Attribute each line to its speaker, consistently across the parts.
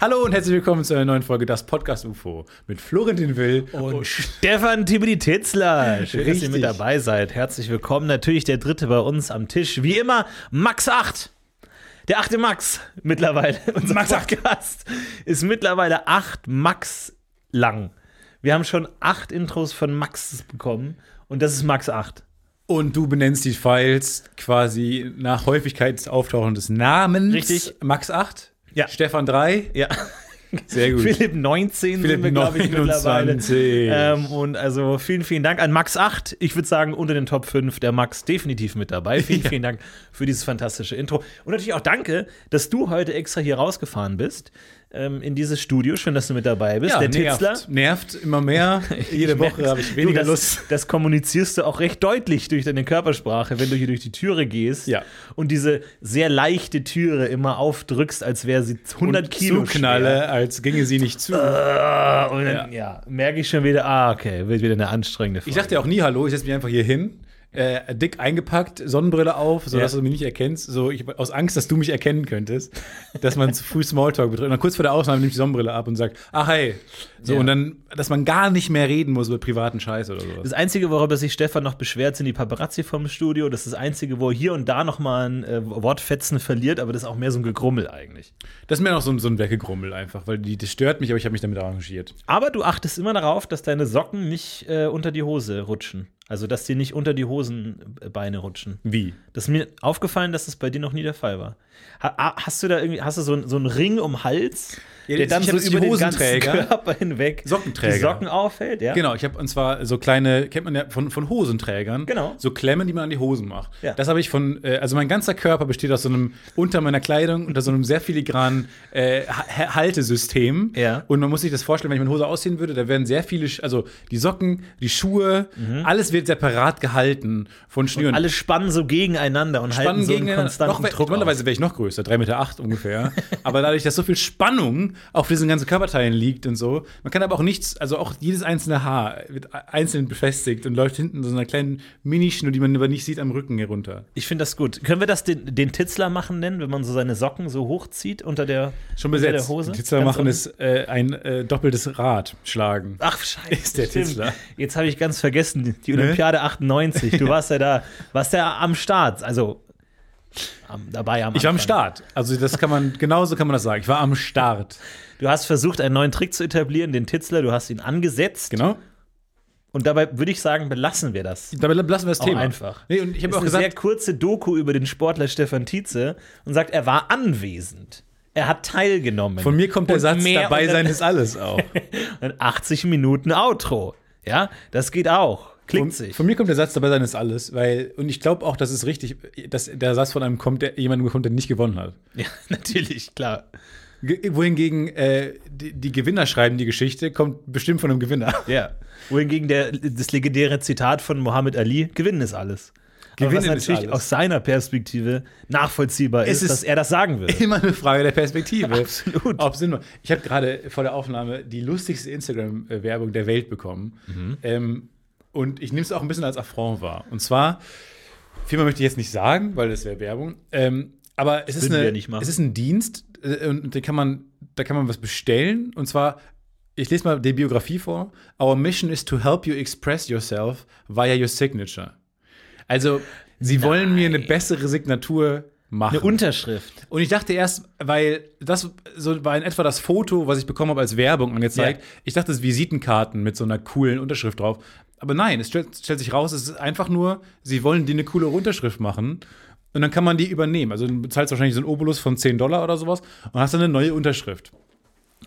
Speaker 1: Hallo und herzlich willkommen zu einer neuen Folge Das Podcast UFO mit Florentin Will
Speaker 2: Und Stefan Tibidi-Titzler, schön, dass ihr
Speaker 1: Richtig.
Speaker 2: mit dabei seid. Herzlich willkommen. Natürlich der dritte bei uns am Tisch. Wie immer, Max 8. Der achte Max mittlerweile. Unser Max 8. Podcast ist mittlerweile 8 Max lang. Wir haben schon acht Intros von Max bekommen und das ist Max 8.
Speaker 1: Und du benennst die Files quasi nach Häufigkeit des Auftauchen des Namens.
Speaker 2: Richtig.
Speaker 1: Max 8.
Speaker 2: Ja.
Speaker 1: Stefan 3.
Speaker 2: Ja.
Speaker 1: Sehr gut.
Speaker 2: Philipp 19
Speaker 1: Philipp
Speaker 2: sind wir, glaube ich, mittlerweile.
Speaker 1: 29.
Speaker 2: Ähm, und also vielen, vielen Dank an Max 8. Ich würde sagen, unter den Top 5 der Max definitiv mit dabei. Vielen, vielen Dank für dieses fantastische Intro. Und natürlich auch danke, dass du heute extra hier rausgefahren bist ähm, in dieses Studio. Schön, dass du mit dabei bist. der Titzler.
Speaker 1: nervt, nervt immer mehr. Jede Woche
Speaker 2: merk's.
Speaker 1: habe ich weniger
Speaker 2: du, das,
Speaker 1: Lust.
Speaker 2: Das kommunizierst du auch recht deutlich durch deine Körpersprache, wenn du hier durch die Türe gehst
Speaker 1: Ja.
Speaker 2: und diese sehr leichte Türe immer aufdrückst, als wäre sie 100 Kilo schwer.
Speaker 1: Zuknalle, als ginge sie nicht zu.
Speaker 2: Ah, und dann, ja, merke ich schon wieder, ah, okay, wird wieder eine anstrengende Folge.
Speaker 1: Ich sag dir auch nie Hallo, ich setze mich einfach hier hin. Äh, dick eingepackt, Sonnenbrille auf, sodass
Speaker 2: Ja.
Speaker 1: du mich nicht erkennst. So, ich aus Angst, dass du mich erkennen könntest, dass man zu früh Smalltalk betreibt. Und dann kurz vor der Ausnahme nimmt die Sonnenbrille ab und sagt, ach hey. So,
Speaker 2: Ja.
Speaker 1: und dann, dass man gar nicht mehr reden muss über privaten Scheiß oder sowas.
Speaker 2: das Einzige, worüber sich Stefan noch beschwert, sind die Paparazzi vom Studio. Das ist das Einzige, wo er hier und da noch mal ein äh, Wortfetzen verliert, aber das ist auch mehr so ein Gegrummel eigentlich.
Speaker 1: Das ist mir noch so, ein- so ein Weggegrummel einfach, weil die, das stört mich, aber ich habe mich damit arrangiert.
Speaker 2: Aber du achtest immer darauf, dass deine Socken nicht äh, unter die Hose rutschen. Also, dass dir nicht unter die Hosenbeine rutschen.
Speaker 1: Wie?
Speaker 2: Das ist mir aufgefallen, dass das bei dir noch nie der Fall war. Ha ha- hast du da irgendwie, hast du so, einen- so einen Ring um den Hals,
Speaker 1: Ja,
Speaker 2: der
Speaker 1: ich
Speaker 2: dann so
Speaker 1: hab die
Speaker 2: über den ganzen
Speaker 1: Hosenträger.
Speaker 2: Körper hinweg
Speaker 1: Sockenträger.
Speaker 2: die Socken auffällt? Ja.
Speaker 1: Genau, ich habe und zwar so kleine, kennt man ja von, von Hosenträgern,
Speaker 2: Genau.
Speaker 1: so Klemmen, die man an die Hosen macht.
Speaker 2: Ja.
Speaker 1: Das habe ich von, äh, also mein ganzer Körper besteht aus so einem, unter meiner Kleidung, unter so einem sehr filigranen äh, Ha- Haltesystem.
Speaker 2: Ja.
Speaker 1: Und man muss sich das vorstellen, wenn ich meine Hose ausziehen würde, da werden sehr viele, Sch- also die Socken, die Schuhe,
Speaker 2: Mhm.
Speaker 1: alles wird separat gehalten von Schnüren.
Speaker 2: Alle spannen so gegeneinander und halten so einen konstanten
Speaker 1: noch,
Speaker 2: Druck auf.
Speaker 1: Normalerweise wäre ich noch größer, 3,8 Meter acht ungefähr. aber dadurch, dass so viel Spannung auf diesen ganzen Körperteilen liegt und so, man kann aber auch nichts, also auch jedes einzelne Haar wird e- einzeln befestigt und läuft hinten so einer kleinen Minischnur, die man aber nicht sieht, am Rücken herunter.
Speaker 2: Ich finde das gut. Können wir das den, den Titzler machen nennen, wenn man so seine Socken so hochzieht unter der,
Speaker 1: Schon
Speaker 2: unter
Speaker 1: besetzt.
Speaker 2: der Hose?
Speaker 1: Titzler
Speaker 2: Ganz
Speaker 1: machen
Speaker 2: unten?
Speaker 1: ist äh, ein äh, doppeltes Rad schlagen.
Speaker 2: Ach, scheiße.
Speaker 1: Ist der
Speaker 2: stimmt.
Speaker 1: Titzler. Ne?
Speaker 2: Jetzt habe ich ganz vergessen, die Olympiade 98. Du warst ja da, warst ja am Start. Also am, dabei am
Speaker 1: Ich war am
Speaker 2: Anfang.
Speaker 1: Start. Also das kann man, genauso kann man das sagen. Ich war am Start.
Speaker 2: Du hast versucht, einen neuen Trick zu etablieren, den Titzler. Du hast ihn angesetzt.
Speaker 1: Genau.
Speaker 2: Und dabei würde ich sagen, belassen wir das.
Speaker 1: Dabei lassen wir das
Speaker 2: Auch
Speaker 1: Thema.
Speaker 2: einfach.
Speaker 1: Nee, und ich
Speaker 2: ist
Speaker 1: habe auch
Speaker 2: eine
Speaker 1: gesagt,
Speaker 2: sehr kurze Doku über den Sportler Stefan Tietze und sagt, er war anwesend. Er hat teilgenommen.
Speaker 1: von mir kommt der
Speaker 2: Und
Speaker 1: Satz,
Speaker 2: mehr
Speaker 1: dabei
Speaker 2: und dann-
Speaker 1: sein ist alles auch.
Speaker 2: Ein 80 Minuten Outro. Ja, das geht auch. Klickt
Speaker 1: Von,
Speaker 2: sich.
Speaker 1: von mir kommt der Satz, dabei sein ist alles, weil, und ich glaube auch, das ist richtig, dass der Satz von einem kommt, der jemandem kommt, der nicht gewonnen hat.
Speaker 2: ja, natürlich, klar.
Speaker 1: Ge wohingegen äh, die, die Gewinner schreiben die Geschichte, kommt bestimmt von einem Gewinner.
Speaker 2: Ja. Wohingegen der, das legendäre Zitat von Mohammed Ali: Gewinnen ist alles. Aber was
Speaker 1: Gewinnen ist
Speaker 2: natürlich
Speaker 1: alles.
Speaker 2: aus seiner Perspektive nachvollziehbar
Speaker 1: Es
Speaker 2: ist,
Speaker 1: ist-
Speaker 2: dass er das sagen würde.
Speaker 1: Immer eine Frage der Perspektive.
Speaker 2: Absolut.
Speaker 1: Ob Sinn macht. Ich habe gerade vor der Aufnahme die lustigste Instagram-Werbung der Welt bekommen.
Speaker 2: Mhm.
Speaker 1: Ähm, und ich nehme es auch ein bisschen als Affront wahr. Und zwar, vielmehr möchte ich jetzt nicht sagen, weil das wäre Werbung. Ähm, aber es ist,
Speaker 2: würden
Speaker 1: eine,
Speaker 2: wir nicht machen.
Speaker 1: es ist ein Dienst äh, und da kann, man, da kann man was bestellen. Und zwar, ich lese mal die Biografie vor. Our mission is to help you express yourself via your signature. Also, sie wollen mir eine bessere Signatur machen.
Speaker 2: Eine Unterschrift.
Speaker 1: Und ich dachte erst, weil das so war in etwa das Foto, was ich bekommen habe als Werbung angezeigt.
Speaker 2: Ja.
Speaker 1: Ich dachte, es sind Visitenkarten mit so einer coolen Unterschrift drauf. Aber nein, es stellt, stellt sich raus, es ist einfach nur, sie wollen dir eine coole Unterschrift machen. Und dann kann man die übernehmen. Also du bezahlst wahrscheinlich so einen Obolus von 10 Dollar oder sowas und hast dann eine neue Unterschrift.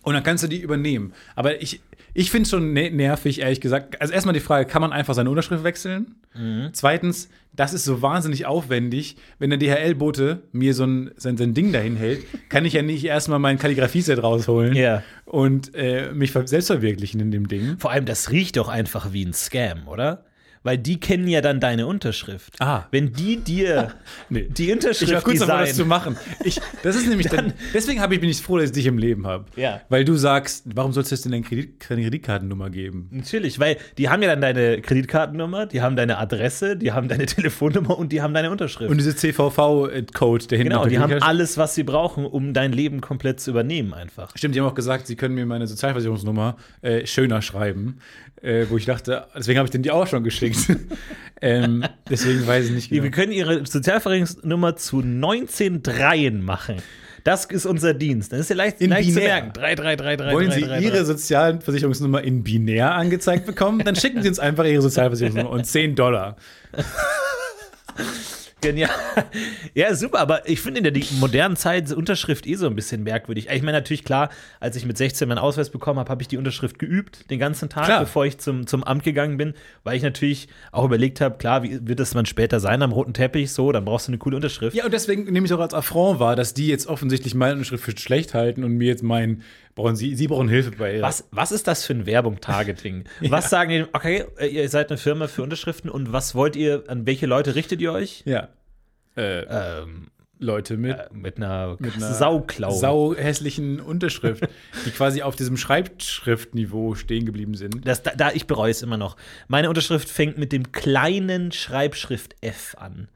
Speaker 1: Und dann kannst du die übernehmen. Aber ich, ich finde es schon ne- nervig, ehrlich gesagt. Also erstmal die Frage, kann man einfach seine Unterschrift wechseln?
Speaker 2: Mhm.
Speaker 1: Zweitens, das ist so wahnsinnig aufwendig. Wenn der DHL-Bote mir so ein, sein, sein Ding dahin hält, kann ich ja nicht erstmal mein Kalligrafie-Set rausholen
Speaker 2: Ja.
Speaker 1: und äh, mich ver- selbst verwirklichen in dem Ding.
Speaker 2: Vor allem, das riecht doch einfach wie ein Scam, oder? weil die kennen ja dann deine Unterschrift.
Speaker 1: Ah.
Speaker 2: Wenn die dir
Speaker 1: Nee.
Speaker 2: die Unterschrift
Speaker 1: Ich war kurz davor, das zu
Speaker 2: design,
Speaker 1: machen. Ich, das ist nämlich dann, deswegen hab ich, bin ich froh, dass ich dich im Leben habe.
Speaker 2: Ja.
Speaker 1: Weil du sagst, warum sollst du jetzt denn deine Kredit, keine Kreditkartennummer geben?
Speaker 2: natürlich, weil die haben ja dann deine Kreditkartennummer, die haben deine Adresse, die haben deine Telefonnummer und die haben deine Unterschrift.
Speaker 1: Und diese CVV-Code, der hinten
Speaker 2: genau,
Speaker 1: auf der
Speaker 2: die haben
Speaker 1: Kreditkarte-
Speaker 2: alles, was sie brauchen, um dein Leben komplett zu übernehmen einfach.
Speaker 1: Stimmt, die haben auch gesagt, sie können mir meine Sozialversicherungsnummer äh, schöner schreiben, äh, wo ich dachte, deswegen habe ich denen die auch schon geschickt. ähm, deswegen weiß ich nicht
Speaker 2: Wir
Speaker 1: genau.
Speaker 2: können ihre Sozialversicherungsnummer zu 19 Dreien machen. Das ist unser Dienst. Das ist ja leicht,
Speaker 1: In
Speaker 2: leicht zu
Speaker 1: binär.
Speaker 2: merken. 3, 3, 3, 3,
Speaker 1: Wollen
Speaker 2: 3,
Speaker 1: Sie
Speaker 2: 3,
Speaker 1: Ihre Sozialversicherungsnummer in binär angezeigt bekommen? Dann schicken Sie uns einfach Ihre Sozialversicherungsnummer und 10 Dollar.
Speaker 2: Genial. Ja, super, aber ich finde in der die- modernen Zeit die Unterschrift eh so ein bisschen merkwürdig. Ich meine, natürlich, klar, als ich mit 16 meinen Ausweis bekommen habe, habe ich die Unterschrift geübt, den ganzen Tag,
Speaker 1: Klar.
Speaker 2: bevor ich zum, zum Amt gegangen bin, weil ich natürlich auch überlegt habe, klar, wie wird das dann später sein am roten Teppich, so, dann brauchst du eine coole Unterschrift.
Speaker 1: Ja, und deswegen nehme ich auch als Affront wahr, dass die jetzt offensichtlich meine Unterschrift für schlecht halten und mir jetzt meinen, brauchen Sie, Sie brauchen Hilfe bei Ihrer.
Speaker 2: Was, was ist das für ein Werbung-Targeting? Was sagen die, okay, äh, ihr seid eine Firma für Unterschriften und was wollt ihr, an welche Leute richtet ihr euch?
Speaker 1: Ja. Äh,
Speaker 2: Ähm,
Speaker 1: Leute mit
Speaker 2: mit einer, mit
Speaker 1: einer
Speaker 2: Sauklaue.
Speaker 1: sauhässlichen Unterschrift, die quasi auf diesem Schreibschriftniveau stehen geblieben sind.
Speaker 2: Das, da, da, ich bereue es immer noch. Meine Unterschrift fängt mit dem kleinen Schreibschrift F an.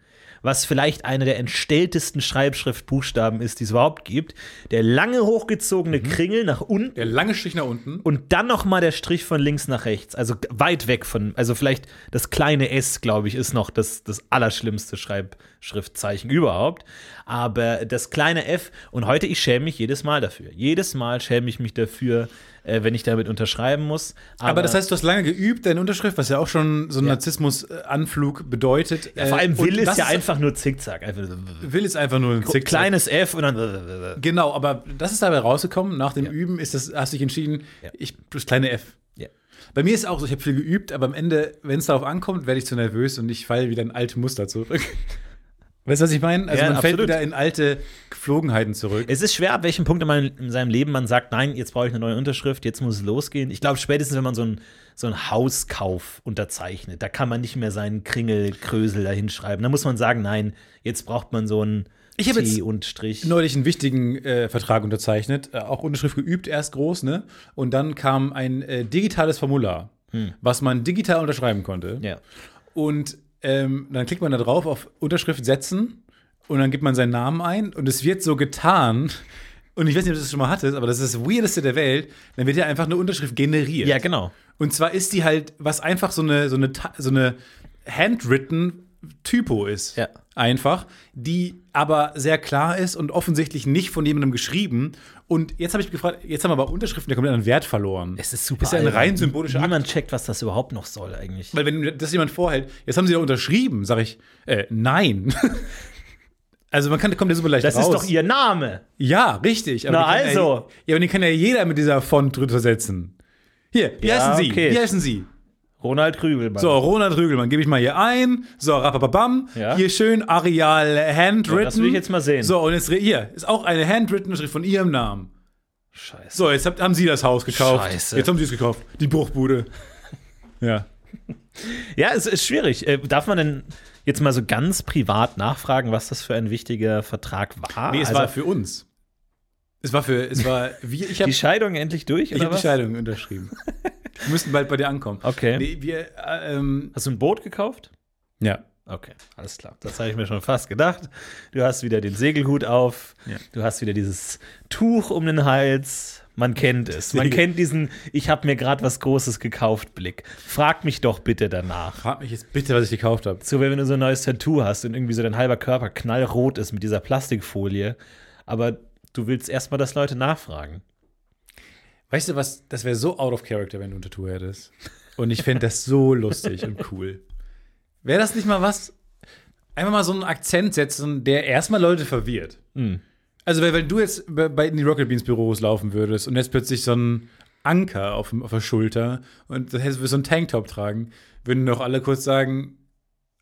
Speaker 2: Was vielleicht eine der entstelltesten Schreibschriftbuchstaben ist, die es überhaupt gibt. Der lange hochgezogene Kringel nach unten
Speaker 1: Der lange Strich nach unten.
Speaker 2: und dann noch mal der Strich von links nach rechts. Also g- weit weg von, also vielleicht das kleine S, glaube ich, ist noch das, das allerschlimmste Schreibschriftzeichen überhaupt. Aber das kleine F und heute, ich schäme mich jedes Mal dafür. Jedes Mal schäme ich mich dafür, äh, wenn ich damit unterschreiben muss.
Speaker 1: Aber das heißt, du hast lange geübt, deine Unterschrift, was ja auch schon so ein Narzissmus-Anflug bedeutet. Äh,
Speaker 2: Ja, vor allem Will ist ja
Speaker 1: einfach.
Speaker 2: einfach nur Zickzack. Einfach so
Speaker 1: Will ist einfach nur ein Zickzack.
Speaker 2: Kleines F und dann.
Speaker 1: Genau, aber das ist dabei rausgekommen. Nach dem
Speaker 2: Ja.
Speaker 1: Üben ist das, hast du dich entschieden,
Speaker 2: Ja.
Speaker 1: ich das kleine F.
Speaker 2: Ja.
Speaker 1: Bei mir ist auch so, ich habe viel geübt, aber am Ende, wenn es darauf ankommt, werde ich zu nervös und ich falle wieder in alte Muster zurück. Weißt du, was ich meine? Also
Speaker 2: Ja,
Speaker 1: man fällt
Speaker 2: absolut.
Speaker 1: wieder in alte Geflogenheiten zurück.
Speaker 2: Es ist schwer, ab welchem Punkt in, meinem, in seinem Leben man sagt, nein, jetzt brauche ich eine neue Unterschrift, jetzt muss es losgehen. Ich glaube, spätestens, wenn man so einen so einen Hauskauf unterzeichnet, da kann man nicht mehr seinen Kringelkrösel da hinschreiben. Da muss man sagen, nein, jetzt braucht man so einen
Speaker 1: Ich habe jetzt
Speaker 2: T und Strich.
Speaker 1: Neulich einen wichtigen äh, Vertrag unterzeichnet, äh, auch Unterschrift geübt, erst groß, ne? Und dann kam ein äh, digitales Formular, was man digital unterschreiben konnte.
Speaker 2: Hm. Ja.
Speaker 1: Und ähm, dann klickt man da drauf auf Unterschrift setzen und dann gibt man seinen Namen ein und es wird so getan. Und ich weiß nicht, ob du das schon mal hattest, aber das ist das Weirdeste der Welt. Dann wird ja einfach eine Unterschrift generiert.
Speaker 2: ja, genau.
Speaker 1: Und zwar ist die halt, was einfach so eine, so eine, Ta- so eine handwritten Typo ist.
Speaker 2: Ja.
Speaker 1: Einfach, die aber sehr klar ist und offensichtlich nicht von jemandem geschrieben. Und jetzt habe ich gefragt, jetzt haben wir aber Unterschriften, der komplett an Wert verloren.
Speaker 2: Es ist super.
Speaker 1: Ist ja ein
Speaker 2: albern.
Speaker 1: rein symbolischer Akt.
Speaker 2: Niemand checkt, was das überhaupt noch soll eigentlich.
Speaker 1: Weil wenn mir das jemand vorhält, jetzt haben sie ja unterschrieben, sage ich, äh, nein. also man kann, kommt ja super leicht
Speaker 2: Das
Speaker 1: raus.
Speaker 2: ist doch ihr Name.
Speaker 1: Ja, richtig. aber
Speaker 2: Na
Speaker 1: die kann
Speaker 2: also.
Speaker 1: Ja, ja, aber den kann ja jeder mit dieser Font drüber setzen. Hier, wie
Speaker 2: Ja,
Speaker 1: heißen Sie?
Speaker 2: okay.
Speaker 1: Wie heißen Sie?
Speaker 2: Ronald Krügelmann.
Speaker 1: So, Ronald Rügelmann, gebe ich mal hier ein. So, rapapapam.
Speaker 2: Ja.
Speaker 1: Hier schön Areal handwritten.
Speaker 2: Ja, das will ich jetzt mal sehen.
Speaker 1: So, und jetzt re- hier ist auch eine handwritten Schrift von Ihrem Namen.
Speaker 2: Scheiße.
Speaker 1: So, jetzt habt, haben Sie das Haus gekauft.
Speaker 2: Scheiße.
Speaker 1: Jetzt haben Sie es gekauft. Die Bruchbude. ja.
Speaker 2: Ja, es ist schwierig. Äh, darf man denn jetzt mal so ganz privat nachfragen, was das für ein wichtiger Vertrag war?
Speaker 1: Nee, es
Speaker 2: Also,
Speaker 1: war für uns. Es war für, es war, wie, ich habe
Speaker 2: die Scheidung endlich durch?
Speaker 1: ich
Speaker 2: oder
Speaker 1: hab die
Speaker 2: was?
Speaker 1: Scheidung unterschrieben. Wir müssen bald bei dir ankommen.
Speaker 2: Okay.
Speaker 1: Nee, wir, äh, ähm,
Speaker 2: Hast du ein Boot gekauft?
Speaker 1: ja.
Speaker 2: Okay, alles klar. Das habe ich mir schon fast gedacht. Du hast wieder den Segelhut auf.
Speaker 1: Ja.
Speaker 2: Du hast wieder dieses Tuch um den Hals. Man kennt es. Man
Speaker 1: Segel-
Speaker 2: kennt diesen, ich habe mir gerade was Großes gekauft, Blick. Frag mich doch bitte danach.
Speaker 1: Frag mich jetzt bitte, was ich gekauft habe.
Speaker 2: So, wenn du so ein neues Tattoo hast und irgendwie so dein halber Körper knallrot ist mit dieser Plastikfolie, aber du willst erstmal, dass Leute nachfragen.
Speaker 1: Weißt du was, das wäre so out of character, wenn du ein Tattoo hättest. Und ich fände das so lustig und cool. Wäre das nicht mal was? Einfach mal so einen Akzent setzen, der erstmal Leute verwirrt. Also, weil, wenn du jetzt bei, bei in die Rocket Beans Büros laufen würdest und jetzt plötzlich so einen Anker auf, dem- auf der Schulter und das heißt, du würdest so einen Tanktop tragen, würden doch alle kurz sagen,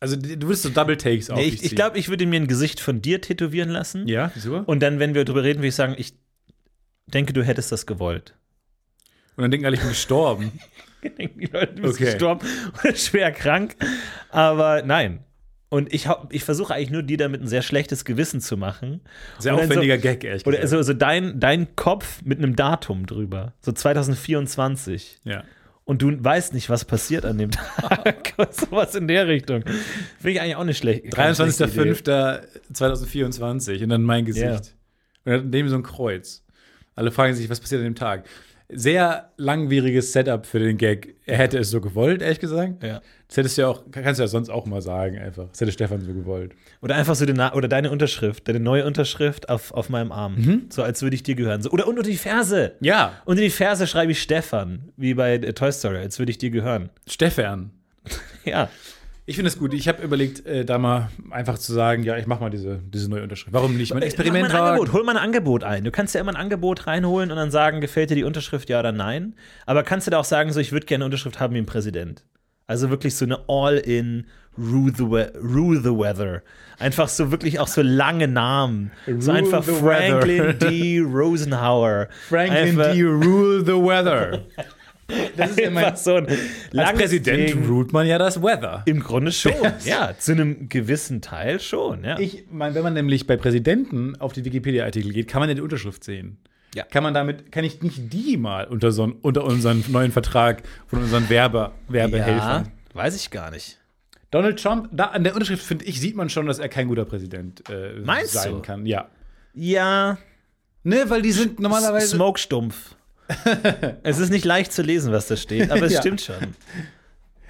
Speaker 1: also die- du würdest so Double Takes auf
Speaker 2: Nee,
Speaker 1: dich
Speaker 2: ich ich
Speaker 1: ziehen.
Speaker 2: glaube, ich würde mir ein Gesicht von dir tätowieren lassen.
Speaker 1: Ja, super. Und
Speaker 2: Und dann, wenn wir darüber reden, würde ich sagen, ich denke, du hättest das gewollt.
Speaker 1: dann denken alle, ich bin gestorben.
Speaker 2: denken die Leute, du bist
Speaker 1: Okay.
Speaker 2: gestorben oder schwer krank. Aber nein. Und ich, hau- ich versuche eigentlich nur, dir damit ein sehr schlechtes Gewissen zu machen.
Speaker 1: Sehr
Speaker 2: Und dann so-
Speaker 1: aufwendiger Gag, ehrlich
Speaker 2: Oder
Speaker 1: gesagt.
Speaker 2: so, so dein, dein Kopf mit einem Datum drüber. So 2024.
Speaker 1: ja.
Speaker 2: Und du weißt nicht, was passiert an dem Tag. Sowas in der Richtung. Finde ich eigentlich auch nicht schlecht. keine schlechte Idee.
Speaker 1: 23.05.2024 und dann mein Gesicht.
Speaker 2: Ja.
Speaker 1: Und dann neben so ein Kreuz. Alle fragen sich, was passiert an dem Tag. Sehr langwieriges Setup für den Gag. Er hätte es so gewollt, ehrlich gesagt.
Speaker 2: Ja.
Speaker 1: Das hättest du ja auch, kannst du ja sonst auch mal sagen, einfach. Das hätte Stefan so gewollt.
Speaker 2: Oder einfach so den Na oder deine Unterschrift, deine neue Unterschrift auf, auf meinem Arm. So als würde ich dir gehören. So, oder unter die Ferse.
Speaker 1: Ja,
Speaker 2: Unter die Ferse schreibe ich Stefan, wie bei äh, Toy Story, als würde ich dir gehören.
Speaker 1: Stefan.
Speaker 2: Ja.
Speaker 1: Ich finde es gut. Ich habe überlegt, äh, da mal einfach zu sagen, ja, ich mache mal diese, diese neue Unterschrift. Warum nicht? Mein Experiment
Speaker 2: Äh, Mach mal ein
Speaker 1: war.
Speaker 2: Angebot. Hol mal ein Angebot ein. Du kannst ja immer ein Angebot reinholen und dann sagen, gefällt dir die Unterschrift ja oder nein. Aber kannst du da auch sagen, so ich würde gerne eine Unterschrift haben wie ein Präsident. Also wirklich so eine All-in Rue the, we Rue the Weather. Einfach so wirklich auch so lange Namen. so
Speaker 1: Rue
Speaker 2: einfach
Speaker 1: the
Speaker 2: Franklin
Speaker 1: Weather.
Speaker 2: D. Rosenhauer.
Speaker 1: Franklin
Speaker 2: einfach,
Speaker 1: D. Rule the Weather. Das ist ja mein.
Speaker 2: Einfach so ein
Speaker 1: Als
Speaker 2: langes
Speaker 1: Präsident
Speaker 2: Ding.
Speaker 1: ruht man ja das Weather.
Speaker 2: Im Grunde schon. Ja, zu einem gewissen Teil schon. Ja.
Speaker 1: Ich meine, wenn man nämlich bei Präsidenten auf die Wikipedia-Artikel geht, kann man ja die Unterschrift sehen.
Speaker 2: Ja.
Speaker 1: Kann man damit, kann ich nicht die mal unter, so, unter unseren neuen Vertrag von unseren Werbe, Werbehelfern?
Speaker 2: ja, weiß ich gar nicht.
Speaker 1: Donald Trump, da an der Unterschrift, finde ich, sieht man schon, dass er kein guter Präsident äh,
Speaker 2: Meinst
Speaker 1: sein
Speaker 2: du?
Speaker 1: kann. Ja.
Speaker 2: Ja,
Speaker 1: Ne, weil die sind normalerweise.
Speaker 2: Smoke-Stumpf. es ist nicht leicht zu lesen, was da steht, aber es
Speaker 1: Ja.
Speaker 2: stimmt schon.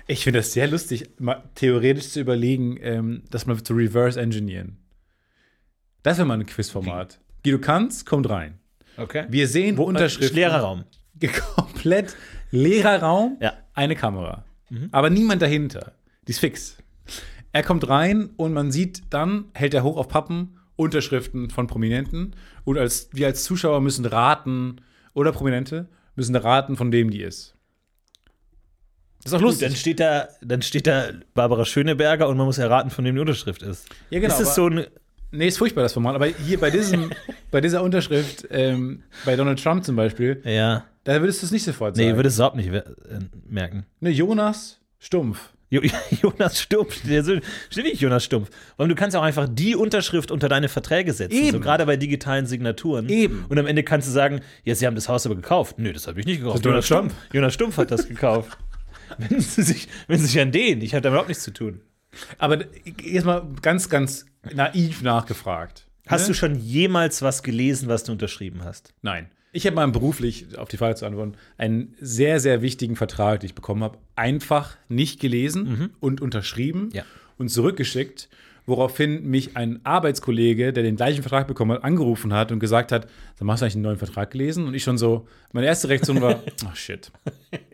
Speaker 1: Ich finde das sehr lustig, mal theoretisch zu überlegen, ähm, das mal zu reverse engineeren. Das wäre mal ein Quizformat. Guido Kanz kommt rein.
Speaker 2: Okay. Wie
Speaker 1: Wir sehen
Speaker 2: Äh,
Speaker 1: Wo, Unterschriften.
Speaker 2: Leerer Raum.
Speaker 1: komplett leerer Raum,
Speaker 2: Ja.
Speaker 1: eine Kamera. Aber niemand dahinter. Die ist fix. Er kommt rein und man sieht dann, hält er hoch auf Pappen, Unterschriften von Prominenten. Und als, wir als Zuschauer müssen raten, oder Prominente müssen raten, von wem die ist. Das ist auch
Speaker 2: Gut,
Speaker 1: lustig.
Speaker 2: dann steht, da, dann steht da Barbara Schöneberger und man muss erraten, von wem die Unterschrift ist.
Speaker 1: Ja, genau,
Speaker 2: Ist es
Speaker 1: aber-
Speaker 2: so ein.
Speaker 1: Nee, ist furchtbar, das Format. Aber hier bei, diesem, bei dieser Unterschrift, ähm, bei Donald Trump zum Beispiel,
Speaker 2: Ja.
Speaker 1: da würdest du es nicht sofort
Speaker 2: Nee,
Speaker 1: sagen.
Speaker 2: würde es überhaupt nicht we- äh, merken.
Speaker 1: nee, Jonas Stumpf.
Speaker 2: Jo Jonas Stumpf, steht ja so- steht nicht Jonas Stumpf. Weil du kannst ja auch einfach die Unterschrift unter deine Verträge setzen, so
Speaker 1: Eben.
Speaker 2: gerade bei digitalen Signaturen.
Speaker 1: Eben.
Speaker 2: Und am Ende kannst du sagen, ja, sie haben das Haus aber gekauft. Nö, das habe ich nicht gekauft.
Speaker 1: Das ist Donald Trump.
Speaker 2: Jonas Stumpf hat das gekauft. wenn, sie sich, wenn sie sich an den, ich habe damit überhaupt nichts zu tun.
Speaker 1: Aber jetzt mal ganz, ganz naiv nachgefragt. Ne?
Speaker 2: Hast du schon jemals was gelesen, was du unterschrieben hast?
Speaker 1: Nein. Ich habe mal beruflich, auf die Frage zu antworten, einen sehr, sehr wichtigen Vertrag, den ich bekommen habe, einfach nicht gelesen und unterschrieben
Speaker 2: Mhm. Ja.
Speaker 1: und zurückgeschickt, woraufhin mich ein Arbeitskollege, der den gleichen Vertrag bekommen hat, angerufen hat und gesagt hat, dann hast du eigentlich einen neuen Vertrag gelesen? Und ich schon so, meine erste Reaktion war, ach shit.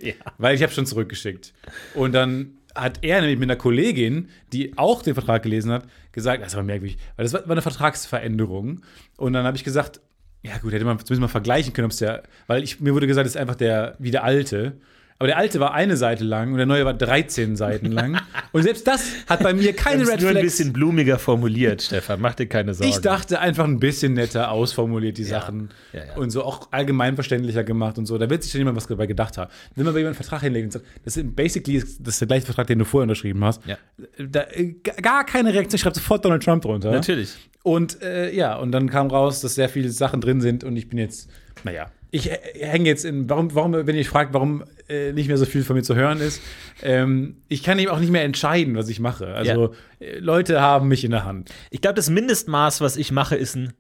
Speaker 2: Ja.
Speaker 1: Weil ich habe schon zurückgeschickt. Und dann hat er nämlich mit einer Kollegin, die auch den Vertrag gelesen hat, gesagt, das war merkwürdig, weil das war war eine Vertragsveränderung. Und dann habe ich gesagt, ja gut, hätte man zumindest mal vergleichen können, ob es der, weil ich, mir wurde gesagt, das ist einfach der, wie der alte. Aber der alte war eine Seite lang und der neue war 13 Seiten lang. Und selbst das hat bei mir keine
Speaker 2: Das
Speaker 1: Red
Speaker 2: ist nur ein
Speaker 1: Flags.
Speaker 2: bisschen blumiger formuliert, Stefan. Mach dir keine Sorgen.
Speaker 1: Ich dachte einfach ein bisschen netter ausformuliert die Sachen
Speaker 2: Ja, ja.
Speaker 1: und so auch allgemeinverständlicher gemacht und so. Da wird sich schon jemand was dabei gedacht haben. Wenn man bei jemandem einen Vertrag hinlegt und sagt, das ist basically das ist der gleiche Vertrag, den du vorher unterschrieben hast,
Speaker 2: Ja.
Speaker 1: da, äh, g- gar keine Reaktion, schreibt sofort Donald Trump drunter.
Speaker 2: Natürlich.
Speaker 1: Und äh, ja, und dann kam raus, dass sehr viele Sachen drin sind und ich bin jetzt, naja, ich äh, hänge jetzt in, warum, warum, wenn ihr fragt, warum äh, nicht mehr so viel von mir zu hören ist, ähm, ich kann eben auch nicht mehr entscheiden, was ich mache. Also äh, Leute haben mich in der Hand.
Speaker 2: Ich glaube, das Mindestmaß, was ich mache, ist ein.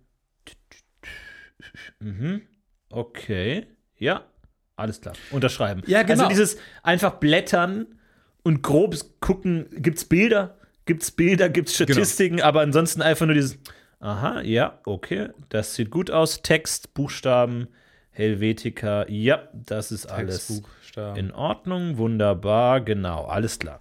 Speaker 2: Mhm. Okay. Ja. Alles klar. Unterschreiben.
Speaker 1: Ja, genau.
Speaker 2: Also dieses einfach blättern und grob gucken, gibt's Bilder, gibt's Bilder, gibt's
Speaker 1: Genau.
Speaker 2: Statistiken, aber ansonsten einfach nur dieses. Aha, ja, okay. Das sieht gut aus. Text, Buchstaben, Helvetica. Ja, das ist alles
Speaker 1: Textbuchstaben.
Speaker 2: in Ordnung. Wunderbar. Genau. Alles klar.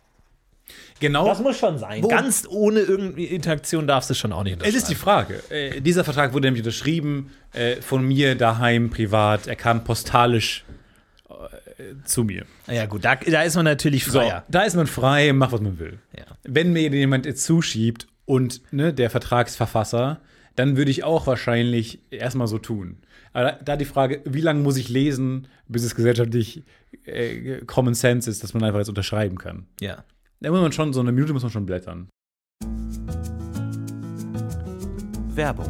Speaker 1: Genau.
Speaker 2: Das muss schon sein.
Speaker 1: Wo-
Speaker 2: Ganz ohne irgendwie Interaktion darfst du schon auch nicht
Speaker 1: Es ist die Frage. Äh, dieser Vertrag wurde nämlich unterschrieben äh, von mir daheim privat. Er kam postalisch äh, zu mir.
Speaker 2: Ja, gut, da, da ist man natürlich
Speaker 1: So,
Speaker 2: freier.
Speaker 1: da ist man frei, macht was man will.
Speaker 2: Ah, Ja.
Speaker 1: Wenn mir jemand jetzt zuschiebt und ne, der Vertragsverfasser, dann würde ich auch wahrscheinlich erstmal so tun. Aber da, da die Frage, wie lange muss ich lesen, bis es gesellschaftlich äh, Common Sense ist, dass man einfach jetzt unterschreiben kann.
Speaker 2: Ja.
Speaker 1: Da muss man schon, so eine Minute muss man schon blättern.
Speaker 2: Werbung.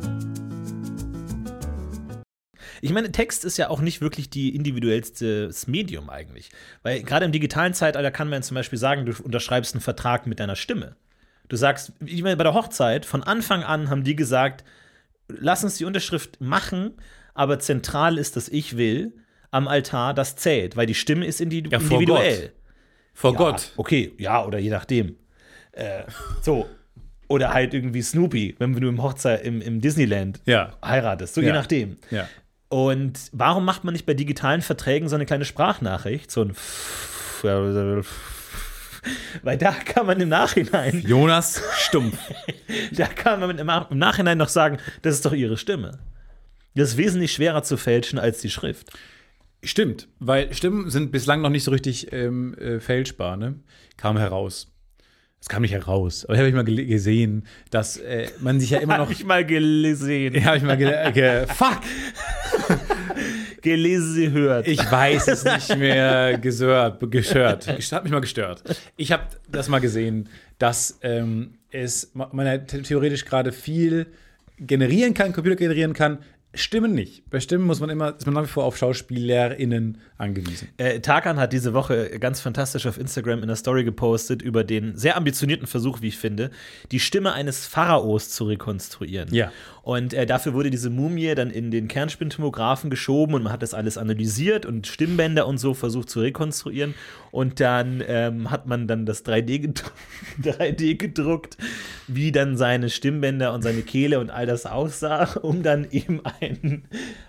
Speaker 2: Ich meine, Text ist ja auch nicht wirklich die individuellste Medium eigentlich. Weil gerade im digitalen Zeitalter kann man zum Beispiel sagen, du unterschreibst einen Vertrag mit deiner Stimme. Du sagst, ich meine, bei der Hochzeit, von Anfang an haben die gesagt, lass uns die Unterschrift machen, aber zentral ist, dass ich will, am Altar, das zählt, weil die Stimme ist indi
Speaker 1: Ja, vor
Speaker 2: individuell.
Speaker 1: Vor
Speaker 2: Ja,
Speaker 1: Oh Gott.
Speaker 2: Okay, ja, oder je nachdem. Äh, so. Oder halt irgendwie Snoopy, wenn du im Hochzeit im, im Disneyland
Speaker 1: Ja.
Speaker 2: heiratest. So je
Speaker 1: Ja.
Speaker 2: nachdem.
Speaker 1: Ja.
Speaker 2: Und warum macht man nicht bei digitalen Verträgen so eine kleine Sprachnachricht? So ein Weil da kann man im Nachhinein,
Speaker 1: Jonas Stumpf.
Speaker 2: da kann man im Nach- im Nachhinein noch sagen, das ist doch ihre Stimme. Das ist wesentlich schwerer zu fälschen als die Schrift.
Speaker 1: Stimmt, weil Stimmen sind bislang noch nicht so richtig ähm, äh, fälschbar, ne? Kam heraus. Es kam nicht heraus, aber habe ich mal gele- gesehen, dass äh, man sich ja immer noch.
Speaker 2: Hab ich mal gelesen.
Speaker 1: habe ich mal ge ge Fuck!
Speaker 2: Gelesen sie hört.
Speaker 1: Ich weiß es nicht mehr gesört, gestört. Gest- Hat mich mal gestört. Ich habe das mal gesehen, dass ähm, es ma- man ja the- theoretisch gerade viel generieren kann, Computer generieren kann. Stimmen nicht. Bei Stimmen muss man immer, ist man nach wie vor auf SchauspielerInnen angewiesen.
Speaker 2: Äh, Tarkan hat diese Woche ganz fantastisch auf Instagram in der Story gepostet über den sehr ambitionierten Versuch, wie ich finde, die Stimme eines Pharaos zu rekonstruieren.
Speaker 1: Ja.
Speaker 2: Und äh, dafür wurde diese Mumie dann in den Kernspintomographen geschoben und man hat das alles analysiert und Stimmbänder und so versucht zu rekonstruieren. Und dann ähm, hat man dann das 3D, gedru- 3D gedruckt, wie dann seine Stimmbänder und seine Kehle und all das aussah, um dann eben einen,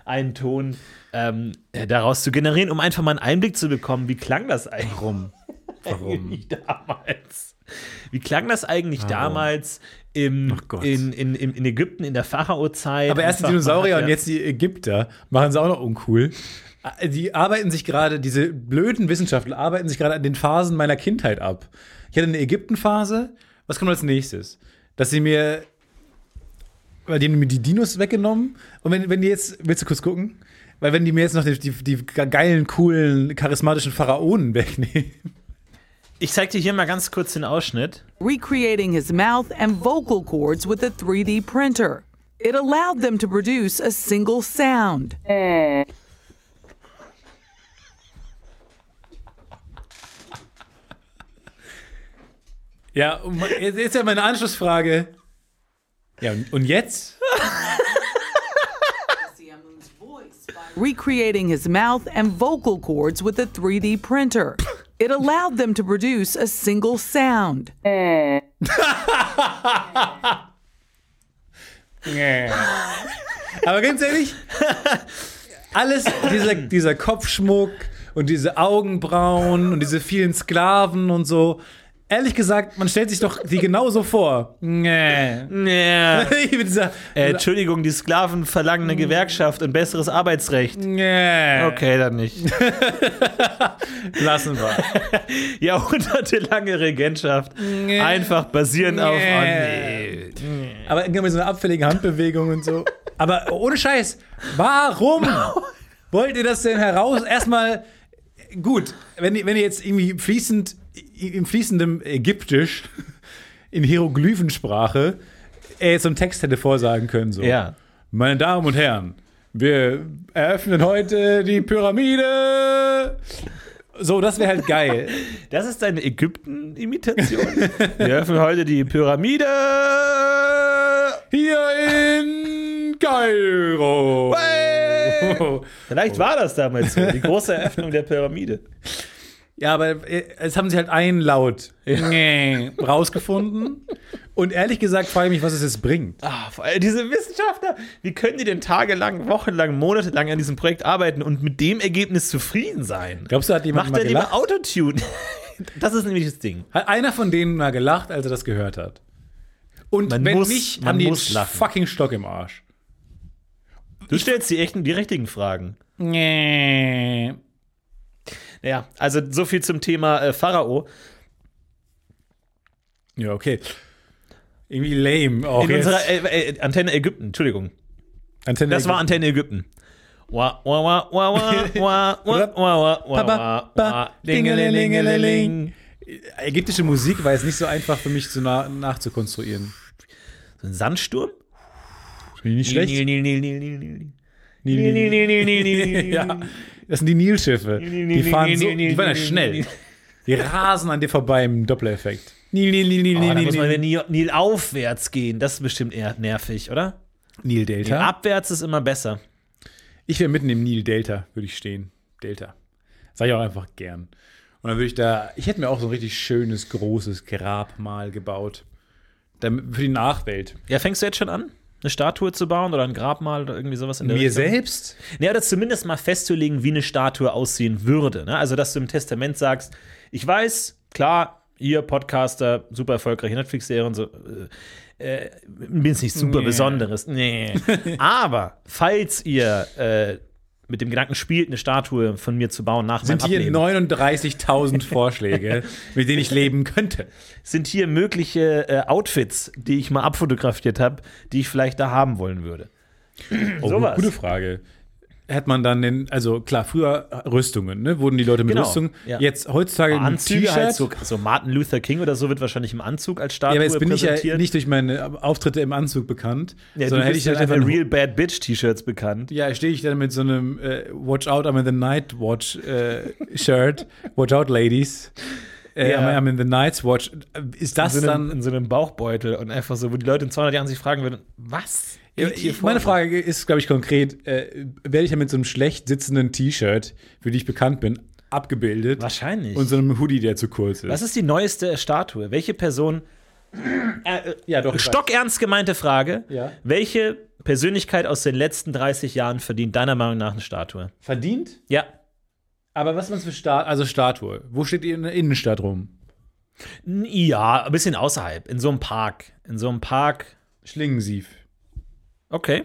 Speaker 2: einen Ton ähm, äh, daraus zu generieren, um einfach mal einen Einblick zu bekommen, wie klang das eigentlich
Speaker 1: Warum? Warum?
Speaker 2: damals? Wie klang das eigentlich damals im,
Speaker 1: Oh Gott.
Speaker 2: in, in, in, in Ägypten in der Pharao-Zeit?
Speaker 1: Aber erst die
Speaker 2: Einfach mal
Speaker 1: Dinosaurier
Speaker 2: hat
Speaker 1: und
Speaker 2: ja-
Speaker 1: jetzt die Ägypter machen es auch noch uncool. Äh, Die arbeiten sich gerade, diese blöden Wissenschaftler arbeiten sich gerade an den Phasen meiner Kindheit ab. Ich hatte eine Ägypten-Phase. Was kommt als nächstes? Dass sie mir. Weil die haben mir die Dinos weggenommen. Und wenn, wenn die jetzt. Willst du kurz gucken? Weil wenn die mir jetzt noch die, die, die geilen, coolen, charismatischen Pharaonen wegnehmen.
Speaker 2: Ich zeig dir hier mal ganz kurz den Ausschnitt.
Speaker 3: recreating his mouth and vocal cords with a 3D printer. It allowed them to produce a single sound.
Speaker 1: Ja, und jetzt ist ja meine Anschlussfrage. Ja, und, und jetzt?
Speaker 3: recreating his mouth and vocal cords with a 3D printer. It allowed them to produce a single sound.
Speaker 1: Aber ganz ehrlich, alles, dieser, dieser Kopfschmuck und diese Augenbrauen und diese vielen Sklaven und so. Ehrlich gesagt, man stellt sich doch die genauso vor. Nee.
Speaker 2: Nee.
Speaker 1: Mit dieser,
Speaker 2: Äh, Entschuldigung, die Sklaven verlangen eine Gewerkschaft und besseres Arbeitsrecht.
Speaker 1: nee.
Speaker 2: Okay, dann nicht.
Speaker 1: Lassen wir.
Speaker 2: Jahrhundertelange Regentschaft. Einfach basierend auf. Oh, nee.
Speaker 1: Aber irgendwie mit so einer abfälligen Handbewegung und so. Aber ohne Scheiß, warum wollt ihr das denn heraus? Erstmal, gut, wenn, ihr- wenn ihr jetzt irgendwie fließend, im fließendem Ägyptisch, in Hieroglyphensprache, er jetzt so einen Text hätte vorsagen können. So.
Speaker 2: Ja.
Speaker 1: Meine Damen und Herren, wir eröffnen heute die Pyramide. So, das wäre halt geil.
Speaker 2: Das ist eine Ägypten-Imitation. Wir öffnen heute die Pyramide.
Speaker 1: Hier in Kairo. Oh.
Speaker 2: Vielleicht war das damals so, die große Eröffnung der Pyramide.
Speaker 1: Ja, aber äh, es haben sie halt einen Laut nee, rausgefunden. Und ehrlich gesagt frage ich mich, was es jetzt bringt.
Speaker 2: Ah, vor allem diese Wissenschaftler, wie können die denn tagelang, wochenlang, monatelang an diesem Projekt arbeiten und mit dem Ergebnis zufrieden sein?
Speaker 1: Glaubst du, hat jemand
Speaker 2: Macht
Speaker 1: mal
Speaker 2: er lieber
Speaker 1: gelacht?
Speaker 2: Autotune? Das ist nämlich das Ding.
Speaker 1: Hat einer von denen mal gelacht, als er das gehört hat? Und
Speaker 2: Man
Speaker 1: wenn
Speaker 2: muss-
Speaker 1: nicht,
Speaker 2: man
Speaker 1: haben die einen
Speaker 2: muss lachen.
Speaker 1: fucking Stock im Arsch.
Speaker 2: Du stellst die echten, die richtigen Fragen.
Speaker 1: Nee.
Speaker 2: Naja, also so viel zum Thema äh, Pharao.
Speaker 1: Ja, okay. Irgendwie lame auch
Speaker 2: In
Speaker 1: jetzt.
Speaker 2: unserer äh, äh, Antenne Ägypten, Entschuldigung.
Speaker 1: Antenne
Speaker 2: Das war Antenne Ägypten. Wa, wa, wa, wa, wa, wa, wa, wa, wa, wa, wa, dingelingelingeling.
Speaker 1: Ägyptische Musik war jetzt nicht so einfach für mich zu na nachzukonstruieren.
Speaker 2: So ein Sandsturm?
Speaker 1: Nicht schlecht. Ja,
Speaker 2: Ja.
Speaker 1: das sind die Nilschiffe. Die fahren so, die fahren ja schnell. Die rasen an dir vorbei im Doppeleffekt. Nil, Nil, Nil, Nil,
Speaker 2: Oh, da
Speaker 1: Nil,
Speaker 2: muss man
Speaker 1: Nil,
Speaker 2: den Nil, Nil aufwärts gehen. Das ist bestimmt eher nervig, oder?
Speaker 1: Nil Delta.
Speaker 2: Abwärts ist immer besser.
Speaker 1: Ich wäre mitten im Nil Delta, würde ich stehen. Delta. Sag ich auch einfach gern. Und dann würde ich da, ich hätte mir auch so ein richtig schönes, großes Grabmal gebaut. Damit- Für die Nachwelt.
Speaker 2: Ja, fängst du jetzt schon an? Eine Statue zu bauen oder ein Grabmal oder irgendwie sowas in der
Speaker 1: Mir
Speaker 2: Richtung?
Speaker 1: selbst?
Speaker 2: Ja, oder zumindest mal festzulegen, wie eine Statue aussehen würde. Ne? Also, dass du im Testament sagst, ich weiß, klar, ihr Podcaster, super erfolgreiche Netflix-Serie und so, äh, äh, bin es nicht super Besonderes. Nee. Aber falls ihr äh, mit dem Gedanken spielt, eine Statue von mir zu bauen nach
Speaker 1: Sind
Speaker 2: meinem
Speaker 1: hier
Speaker 2: Ableben,
Speaker 1: 39.000 Vorschläge, mit denen ich leben könnte.
Speaker 2: sind hier mögliche äh, Outfits, die ich mal abfotografiert habe, die ich vielleicht da haben wollen würde.
Speaker 1: Oh,
Speaker 2: Sowas.
Speaker 1: Gute Frage. Hat man dann den, also klar, früher Rüstungen, ne? Wurden die Leute mit
Speaker 2: Genau,
Speaker 1: Rüstungen.
Speaker 2: ja.
Speaker 1: Jetzt heutzutage ein
Speaker 2: Anzüge
Speaker 1: T-Shirt.
Speaker 2: halt so, so Martin Luther King oder so wird wahrscheinlich im Anzug als Statue
Speaker 1: ja, aber jetzt bin ich
Speaker 2: präsentiert.
Speaker 1: ja nicht durch meine Auftritte im Anzug bekannt,
Speaker 2: Ja,
Speaker 1: sondern
Speaker 2: du
Speaker 1: hätte
Speaker 2: bist
Speaker 1: ich halt
Speaker 2: halt
Speaker 1: einfach
Speaker 2: für
Speaker 1: ein-
Speaker 2: Real Bad Bitch T-Shirts bekannt.
Speaker 1: ja, stehe ich dann mit so einem äh, Watch Out, I'm in the Night Watch äh, Shirt, Watch Out Ladies, äh,
Speaker 2: Ja.
Speaker 1: I'm, I'm in the Night's Watch. Ist das
Speaker 2: in so einem,
Speaker 1: dann?
Speaker 2: in so einem Bauchbeutel und einfach so, wo die Leute in 200 Jahren sich fragen würden, was?
Speaker 1: Ja,
Speaker 2: geht hier
Speaker 1: ich,
Speaker 2: vor?
Speaker 1: meine Frage ist, glaube ich, konkret: äh, Werde ich dann mit so einem schlecht sitzenden T-Shirt, für die ich bekannt bin, abgebildet?
Speaker 2: Wahrscheinlich.
Speaker 1: Und so einem Hoodie, der zu kurz ist.
Speaker 2: was ist die neueste Statue? Welche Person? Äh, äh,
Speaker 1: Ja, doch. ich weiß.
Speaker 2: Stockernst gemeinte Frage.
Speaker 1: Ja.
Speaker 2: Welche Persönlichkeit aus den letzten 30 Jahren verdient deiner Meinung nach eine Statue?
Speaker 1: Verdient?
Speaker 2: Ja.
Speaker 1: Aber was man für Statue, also Statue. Wo steht ihr in der Innenstadt rum?
Speaker 2: N- Ja, ein bisschen außerhalb. In so einem Park. In so einem Park.
Speaker 1: Schlingensief.
Speaker 2: Okay.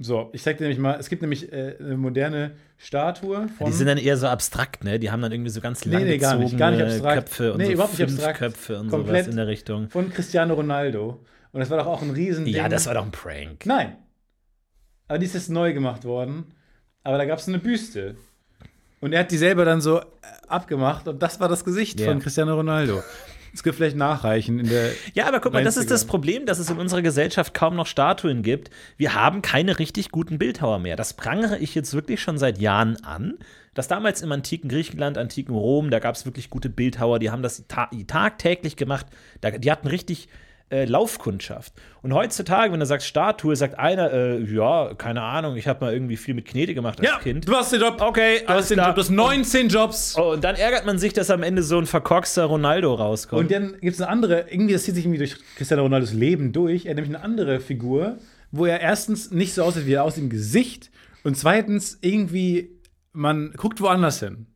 Speaker 1: So, ich zeig dir nämlich mal, es gibt nämlich äh, eine moderne Statue von.
Speaker 2: Die sind dann eher so abstrakt, ne? Die haben dann irgendwie so ganz
Speaker 1: Nee,
Speaker 2: lange
Speaker 1: nee, gar nicht, gar nicht abstrakt.
Speaker 2: Köpfe und
Speaker 1: Nee,
Speaker 2: so
Speaker 1: überhaupt nicht abstrakt.
Speaker 2: Köpfe und
Speaker 1: Komplett.
Speaker 2: sowas in der Richtung.
Speaker 1: von Cristiano Ronaldo. Und das war doch auch ein Riesending.
Speaker 2: Ja, das war doch ein Prank.
Speaker 1: Nein. Aber die ist jetzt neu gemacht worden. Aber da gab es eine Büste. Und er hat die selber dann so äh, abgemacht. Und das war das Gesicht
Speaker 2: Ja.
Speaker 1: von Cristiano Ronaldo. Das können wir vielleicht nachreichen in der.
Speaker 2: Ja, aber guck mal, das ist das
Speaker 1: Instagram.
Speaker 2: Problem, dass es in unserer Gesellschaft kaum noch Statuen gibt. Wir haben keine richtig guten Bildhauer mehr. Das prangere ich jetzt wirklich schon seit Jahren an. Dass damals im antiken Griechenland, antiken Rom, da gab es wirklich gute Bildhauer, die haben das ta tagtäglich gemacht. Da, die hatten richtig äh, Laufkundschaft. Und heutzutage, wenn du sagst Statue, sagt einer, äh, ja, keine Ahnung, ich habe mal irgendwie viel mit Knete gemacht als
Speaker 1: Ja,
Speaker 2: Kind.
Speaker 1: du hast den Job.
Speaker 2: Okay,
Speaker 1: Du hast, den,
Speaker 2: klar.
Speaker 1: du hast 19 Jobs.
Speaker 2: Oh, und dann ärgert man sich, dass am Ende so ein verkorkster Ronaldo rauskommt.
Speaker 1: Und dann gibt es eine andere, irgendwie, das zieht sich irgendwie durch Cristiano Ronaldos Leben durch. Er hat nämlich eine andere Figur, wo er erstens nicht so aussieht, wie er aussieht im Gesicht und zweitens irgendwie, man guckt woanders hin.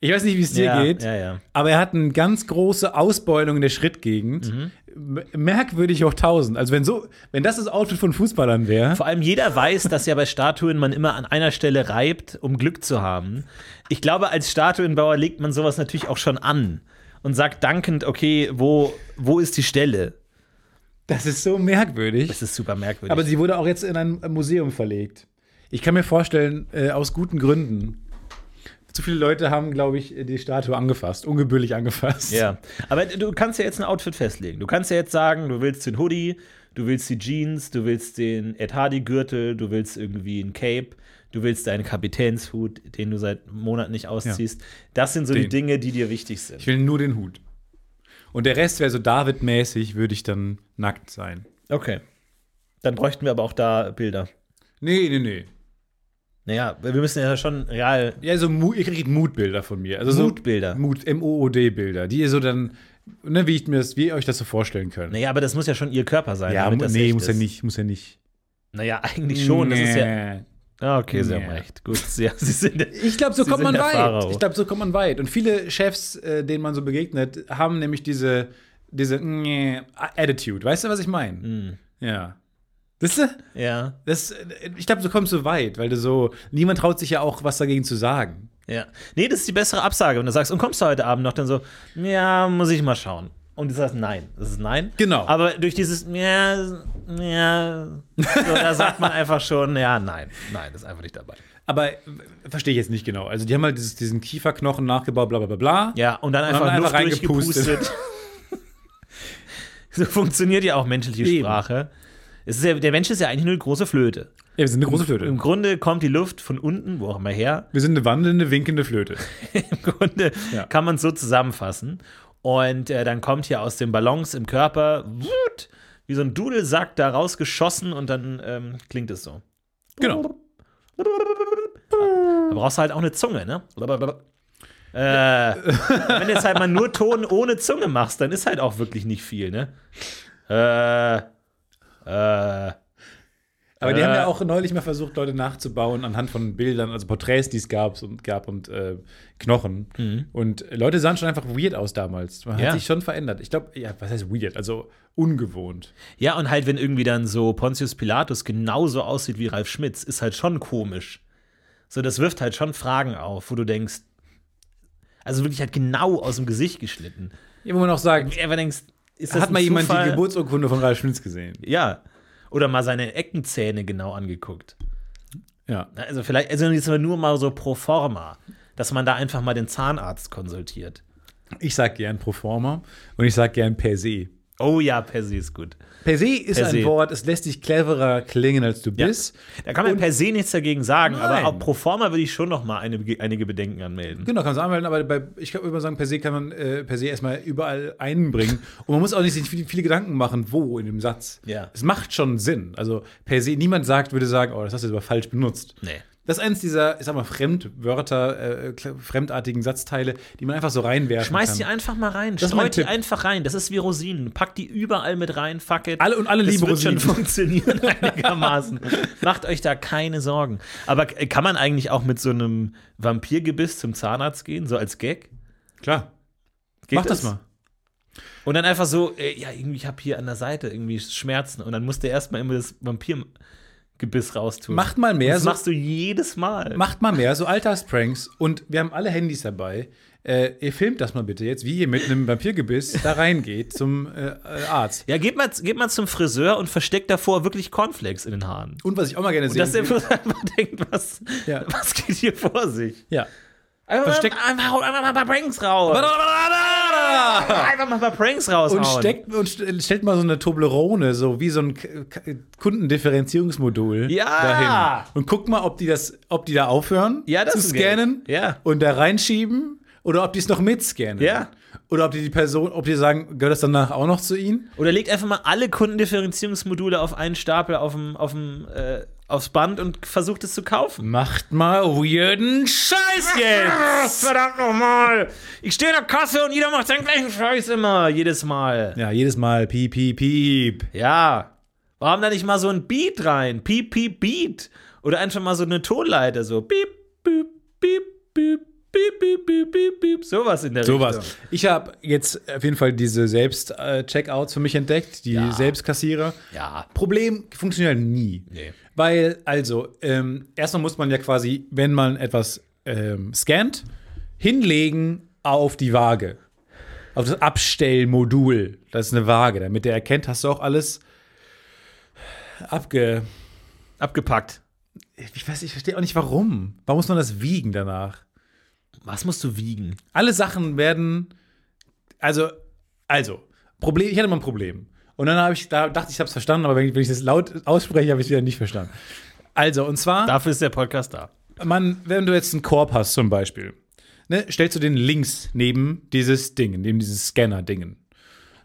Speaker 1: Ich weiß nicht, wie es dir
Speaker 2: Ja,
Speaker 1: geht,
Speaker 2: ja, ja.
Speaker 1: aber er hat eine ganz große Ausbeulung in der Schrittgegend.
Speaker 2: Mhm.
Speaker 1: M- Merkwürdig hoch 1000. Also, wenn, so, wenn das das Outfit von Fußballern wäre.
Speaker 2: Vor allem jeder weiß, dass ja bei Statuen man immer an einer Stelle reibt, um Glück zu haben. Ich glaube, als Statuenbauer legt man sowas natürlich auch schon an und sagt dankend, okay, wo, wo ist die Stelle?
Speaker 1: Das ist so merkwürdig.
Speaker 2: Das ist super merkwürdig.
Speaker 1: Aber sie wurde auch jetzt in ein Museum verlegt. Ich kann mir vorstellen, äh, aus guten Gründen. Zu viele Leute haben, glaube ich, die Statue angefasst, ungebührlich angefasst.
Speaker 2: ja. Aber du kannst ja jetzt ein Outfit festlegen. Du kannst ja jetzt sagen, du willst den Hoodie, du willst die Jeans, du willst den Ed Hardy-Gürtel, du willst irgendwie ein Cape, du willst deinen Kapitänshut, den du seit Monaten nicht ausziehst. Das sind so die
Speaker 1: Den.
Speaker 2: Dinge, die dir wichtig sind.
Speaker 1: Ich will nur den Hut. Und der Rest wäre so David-mäßig, würde ich dann nackt sein.
Speaker 2: Okay. Dann bräuchten wir aber auch da Bilder.
Speaker 1: Nee, nee, nee.
Speaker 2: Naja, wir müssen ja schon real.
Speaker 1: Ja, so Mu ihr kriegt Mutbilder von mir. Also so
Speaker 2: Mutbilder?
Speaker 1: Mut, M-O-O-D-Bilder, die ihr so dann, ne, wie ich mir das, wie ihr euch das so vorstellen könnt.
Speaker 2: Naja, aber das muss ja schon ihr Körper sein.
Speaker 1: ja,
Speaker 2: damit
Speaker 1: mu-
Speaker 2: das
Speaker 1: nee,
Speaker 2: echt
Speaker 1: muss ja
Speaker 2: ist.
Speaker 1: nicht, muss ja nicht.
Speaker 2: Naja, eigentlich schon. Das ist ja.
Speaker 1: Nee.
Speaker 2: Ah, okay, Sie
Speaker 1: Nee.
Speaker 2: haben recht. Gut, Sie, Sie sind.
Speaker 1: Ich glaube, so
Speaker 2: Sie
Speaker 1: kommt
Speaker 2: sind
Speaker 1: man
Speaker 2: der
Speaker 1: weit.
Speaker 2: Pharao.
Speaker 1: Ich glaube, so kommt man weit. Und viele Chefs, äh, denen man so begegnet, haben nämlich diese, diese Nye- Attitude. Weißt du, was ich meine?
Speaker 2: Mhm.
Speaker 1: Ja. Siehst du?
Speaker 2: Ja,
Speaker 1: Das, äh, ich glaube, so kommst du weit, weil du so, niemand traut sich ja auch, was dagegen zu sagen.
Speaker 2: ja. Nee, das ist die bessere Absage. Wenn du sagst, und kommst du heute Abend noch, dann so, ja, muss ich mal schauen. Und du sagst nein. Das ist nein.
Speaker 1: Genau.
Speaker 2: Aber durch dieses, ja, ja, so, da sagt man einfach schon, ja, nein. Nein, das ist einfach nicht dabei.
Speaker 1: Aber äh, verstehe ich jetzt nicht genau. Also, die haben halt dieses, diesen Kieferknochen nachgebaut, bla, bla, bla, bla.
Speaker 2: Ja, und dann einfach,
Speaker 1: dann einfach
Speaker 2: Luft
Speaker 1: reingepustet.
Speaker 2: durchgepustet. so funktioniert ja auch menschliche
Speaker 1: Eben.
Speaker 2: Sprache. Es ist ja, der Mensch ist ja eigentlich nur eine große Flöte.
Speaker 1: Ja, wir sind eine große
Speaker 2: Im
Speaker 1: Flöte.
Speaker 2: Grunde kommt die Luft von unten, wo auch immer her.
Speaker 1: Wir sind eine wandelnde, winkende Flöte.
Speaker 2: Im Grunde
Speaker 1: Ja.
Speaker 2: kann man es so zusammenfassen. Und äh, dann kommt hier aus den Ballons im Körper wut, wie so ein Dudelsack da rausgeschossen und dann ähm, klingt es so.
Speaker 1: Genau.
Speaker 2: Da brauchst du halt auch eine Zunge, ne? Äh, wenn du jetzt halt mal nur Ton ohne Zunge machst, dann ist halt auch wirklich nicht viel, ne? Äh, äh,
Speaker 1: Aber die
Speaker 2: Äh.
Speaker 1: haben ja auch neulich mal versucht, Leute nachzubauen anhand von Bildern, also Porträts, die es gab und, gab und äh, Knochen. Und Leute sahen schon einfach weird aus damals. Man
Speaker 2: Ja.
Speaker 1: hat sich schon verändert. Ich glaube, ja, was heißt weird? Also ungewohnt.
Speaker 2: ja, und halt, wenn irgendwie dann so Pontius Pilatus genauso aussieht wie Ralf Schmitz, ist halt schon komisch. So, das wirft halt schon Fragen auf, wo du denkst, also wirklich halt genau aus dem Gesicht geschnitten.
Speaker 1: Ja, wo man auch
Speaker 2: Und
Speaker 1: sagt,
Speaker 2: du einfach denkst, ist das
Speaker 1: hat
Speaker 2: ein
Speaker 1: mal jemand
Speaker 2: Zufall?
Speaker 1: die Geburtsurkunde von Ralf Schmitz gesehen?
Speaker 2: Ja. Oder mal seine Eckenzähne genau angeguckt.
Speaker 1: Ja.
Speaker 2: Na, Also vielleicht, also jetzt aber nur mal so pro forma, dass man da einfach mal den Zahnarzt konsultiert.
Speaker 1: Ich sag gern Proforma und ich sag gern per se.
Speaker 2: Oh ja, per se ist gut.
Speaker 1: Per se ist
Speaker 2: Per
Speaker 1: ein
Speaker 2: se.
Speaker 1: Wort, es lässt dich cleverer klingen, als du bist.
Speaker 2: Da kann man per se nichts dagegen sagen,
Speaker 1: Nein.
Speaker 2: aber auch pro forma würde ich schon noch mal eine, einige Bedenken anmelden.
Speaker 1: Genau, kann man es anmelden, aber bei, ich glaube, immer sagen, per se kann man äh, per se erstmal überall einbringen. Und man muss auch nicht sich viele, viele Gedanken machen, wo in dem Satz.
Speaker 2: Ja.
Speaker 1: Es macht schon Sinn. Also per se, niemand sagt, würde sagen, oh, das hast du jetzt aber falsch benutzt.
Speaker 2: Nee.
Speaker 1: Das ist eines dieser, ich sag mal, Fremdwörter, äh, kle- fremdartigen Satzteile, die man einfach so reinwerfen
Speaker 2: Schmeiß
Speaker 1: kann.
Speaker 2: die einfach mal rein.
Speaker 1: ist mein
Speaker 2: Streut die
Speaker 1: Tipp.
Speaker 2: einfach rein. Das ist wie Rosinen. Pack die überall mit rein. Fuck it.
Speaker 1: Alle- und alle
Speaker 2: das
Speaker 1: lieben
Speaker 2: wird schon
Speaker 1: Rosinen.
Speaker 2: funktionieren einigermaßen. Macht euch da keine Sorgen. Aber äh, kann man eigentlich auch mit so einem Vampirgebiss zum Zahnarzt gehen? So als Gag?
Speaker 1: Klar,
Speaker 2: Geht
Speaker 1: mach das, mal.
Speaker 2: Und dann einfach so, äh, ja, irgendwie, ich habe hier an der Seite irgendwie Schmerzen. Und dann musst du erstmal immer das Vampirgebiss raustun.
Speaker 1: Macht mal mehr
Speaker 2: das
Speaker 1: so.
Speaker 2: machst du jedes Mal.
Speaker 1: Macht mal mehr so Alltagspranks und wir haben alle Handys dabei. Äh, ihr filmt das mal bitte jetzt, wie ihr mit einem Vampirgebiss da reingeht zum äh, äh, Arzt.
Speaker 2: Ja, geht mal, geht mal zum Friseur und versteckt davor wirklich Cornflakes in den Haaren.
Speaker 1: Und was ich auch mal gerne
Speaker 2: Und dass der
Speaker 1: sehe.
Speaker 2: Friseur einfach denkt, was,
Speaker 1: Ja.
Speaker 2: was geht hier vor sich?
Speaker 1: Ja.
Speaker 2: Einfach,
Speaker 1: Versteckt-
Speaker 2: mal, einfach, einfach mal ein paar Pranks raus. Einfach mal ein paar Pranks raus.
Speaker 1: Und steckt und st- stellt mal so eine Toblerone, so wie so ein K K Kundendifferenzierungsmodul
Speaker 2: Ja!
Speaker 1: dahin. Und guck mal, ob die das, ob die da aufhören
Speaker 2: Ja, das
Speaker 1: zu
Speaker 2: ist ein Gag.
Speaker 1: scannen
Speaker 2: Ja.
Speaker 1: und da reinschieben oder ob die es noch mitscannen.
Speaker 2: Ja.
Speaker 1: Oder ob die, die Person, ob die sagen, gehört das danach auch noch zu ihnen?
Speaker 2: Oder legt einfach mal alle Kundendifferenzierungsmodule auf einen Stapel auf dem, auf dem, äh, aufs Band und versucht es zu kaufen.
Speaker 1: Macht mal weirden Scheiß jetzt!
Speaker 2: Verdammt nochmal! Ich stehe in der Kasse und jeder macht seinen gleichen Scheiß immer, jedes Mal.
Speaker 1: Ja, jedes Mal piep, piep, piep.
Speaker 2: Ja. Warum da nicht mal so ein Beat rein? Piep, piep, Beat. Oder einfach mal so eine Tonleiter, so piep, piep, piep, piep, piep, piep, piep, piep, piep. Sowas in der Richtung.
Speaker 1: Sowas. Ich habe jetzt auf jeden Fall diese Selbst-Checkouts für mich entdeckt, die Selbstkassierer.
Speaker 2: Ja.
Speaker 1: Problem funktioniert halt nie.
Speaker 2: Nee.
Speaker 1: Weil, also, ähm, erstmal muss man ja quasi, wenn man etwas ähm, scannt, hinlegen auf die Waage. Auf das Abstellmodul. Das ist eine Waage, damit der erkennt, hast du auch alles abge.
Speaker 2: Abgepackt.
Speaker 1: Ich weiß, ich verstehe auch nicht warum. Warum muss man das wiegen danach?
Speaker 2: Was musst du wiegen?
Speaker 1: alle Sachen werden, also, also, Problem, ich hatte mal ein Problem. Und dann habe ich, da dachte ich, ich habe es verstanden, aber wenn ich, wenn ich das laut ausspreche, habe ich es wieder nicht verstanden. Also, und zwar,
Speaker 2: Dafür ist der Podcast da.
Speaker 1: man, wenn du jetzt einen Korb hast zum Beispiel, ne, stellst du den links neben dieses Ding, neben dieses Scanner-Dingen.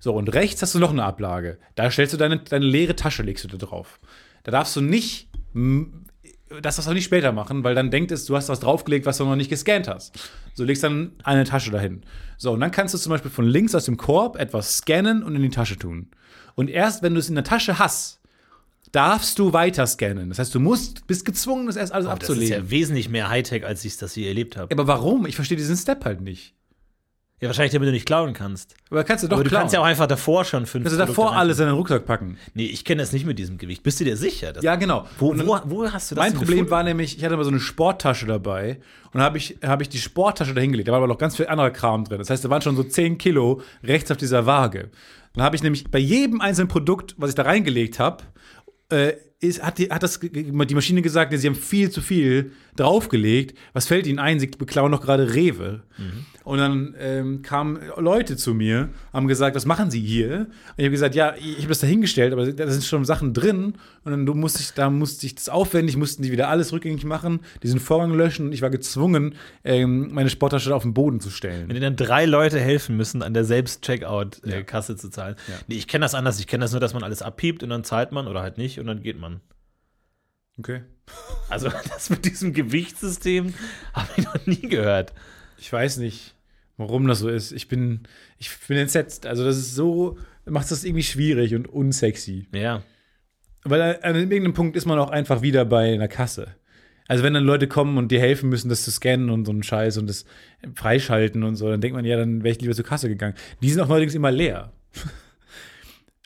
Speaker 1: So, und rechts hast du noch eine Ablage. Da stellst du deine, deine leere Tasche, legst du da drauf. Da darfst du nicht, m, das darfst du auch nicht später machen, weil dann denkt es, du hast was draufgelegt, was du noch nicht gescannt hast. So, legst dann eine Tasche dahin. So, und dann kannst du zum Beispiel von links aus dem Korb etwas scannen und in die Tasche tun. Und erst, wenn du es in der Tasche hast, darfst du weiter scannen. Das heißt, du musst, bist gezwungen, das erst alles
Speaker 2: Oh, Das ist
Speaker 1: abzulegen.
Speaker 2: ja wesentlich mehr Hightech, als ich das hier erlebt habe.
Speaker 1: Ja, Aber warum? Ich verstehe diesen Step halt nicht.
Speaker 2: Ja, wahrscheinlich, damit du nicht klauen kannst.
Speaker 1: Aber kannst du doch
Speaker 2: Aber du
Speaker 1: klauen.
Speaker 2: kannst ja auch einfach Also davor schon fünf
Speaker 1: kannst du
Speaker 2: Produkte
Speaker 1: davor
Speaker 2: rein-
Speaker 1: alles in den Rucksack packen.
Speaker 2: Nee, ich kenne das nicht mit diesem Gewicht. Bist du dir sicher? dass-
Speaker 1: Ja, genau.
Speaker 2: Wo,
Speaker 1: Und dann-
Speaker 2: wo, wo hast du das
Speaker 1: mein
Speaker 2: denn
Speaker 1: Problem
Speaker 2: gefunden?
Speaker 1: war nämlich, ich hatte mal so eine Sporttasche dabei und habe ich, hab ich die Sporttasche da hingelegt. Da war aber noch ganz viel anderer Kram drin. Das heißt, da waren schon so 10 Kilo rechts auf dieser Waage. Dann habe ich nämlich bei jedem einzelnen Produkt, was ich da reingelegt habe, äh, ist, hat, die, hat das, die Maschine gesagt, nee, sie haben viel zu viel draufgelegt. Was fällt ihnen ein? Sie beklauen doch gerade Rewe. Und dann ähm, kamen Leute zu mir, haben gesagt, was machen sie hier? Und ich habe gesagt, ja, ich habe das da hingestellt, aber da sind schon Sachen drin. Und dann du musst ich, da musste ich das aufwendig, mussten die wieder alles rückgängig machen, diesen Vorgang löschen. Und ich war gezwungen, ähm, meine Sporttasche auf den Boden zu stellen.
Speaker 2: Wenn dir dann drei Leute helfen müssen, an der Selbst-Checkout-Kasse zu zahlen. Nee, ich kenne das anders. Ich kenne das nur, dass man alles abpiept und dann zahlt man oder halt nicht und dann geht man.
Speaker 1: Okay.
Speaker 2: Also das mit diesem Gewichtssystem habe ich noch nie gehört.
Speaker 1: Ich weiß nicht, warum das so ist. Ich bin, ich bin entsetzt. Also, das ist so, macht das irgendwie schwierig und unsexy.
Speaker 2: Ja.
Speaker 1: Weil an an irgendeinem Punkt ist man auch einfach wieder bei einer Kasse. Also wenn dann Leute kommen und dir helfen müssen, das zu scannen und so einen Scheiß und das freischalten und so, dann denkt man, ja, dann wäre ich lieber zur Kasse gegangen. Die sind auch neuerdings immer leer.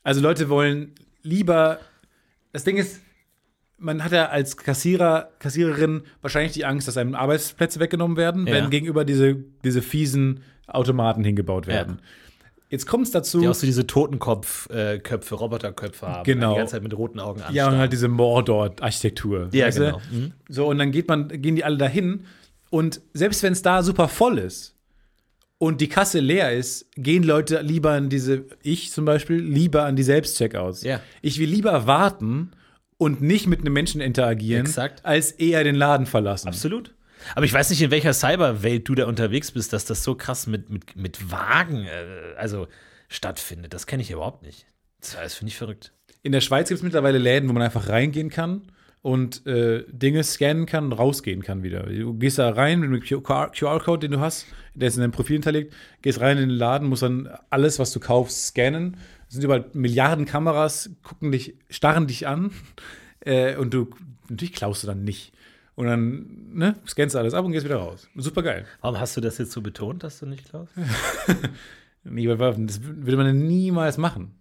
Speaker 1: Also Leute wollen lieber. Das Ding ist, man hat ja als Kassierer, Kassiererin wahrscheinlich die Angst, dass einem Arbeitsplätze weggenommen werden,
Speaker 2: Ja.
Speaker 1: wenn gegenüber diese, diese fiesen Automaten hingebaut werden. Jetzt kommt es dazu.
Speaker 2: Die auch so diese Totenkopfköpfe, äh, Köpfe, Roboterköpfe haben.
Speaker 1: Genau.
Speaker 2: Die ganze Zeit mit roten Augen an.
Speaker 1: Ja, und halt diese Mordor-Architektur.
Speaker 2: Ja,
Speaker 1: weißt du?
Speaker 2: genau. Mhm.
Speaker 1: So, und dann geht man, gehen die alle dahin. Und selbst wenn es da super voll ist und die Kasse leer ist, gehen Leute lieber an diese, ich zum Beispiel, lieber an die Selbstcheckouts.
Speaker 2: Ja.
Speaker 1: Ich will lieber warten und nicht mit einem Menschen interagieren,
Speaker 2: Exakt.
Speaker 1: als eher den Laden verlassen.
Speaker 2: Absolut. Aber ich weiß nicht, in welcher Cyberwelt du da unterwegs bist, dass das so krass mit, mit, mit Wagen äh, also stattfindet. Das kenne ich überhaupt nicht. Das, das finde ich verrückt.
Speaker 1: In der Schweiz gibt es mittlerweile Läden, wo man einfach reingehen kann und äh, Dinge scannen kann und rausgehen kann wieder. Du gehst da rein mit dem QR-Code, den du hast, der ist in deinem Profil hinterlegt, gehst rein in den Laden, musst dann alles, was du kaufst, scannen. Es sind überall Milliarden Kameras, gucken dich, starren dich an äh, und du, natürlich klaust du dann nicht. Und dann ne, scannst du alles ab und gehst wieder raus. Super geil.
Speaker 2: Warum hast du das jetzt so betont, dass du nicht glaubst?
Speaker 1: Nee, aber das würde man ja niemals machen.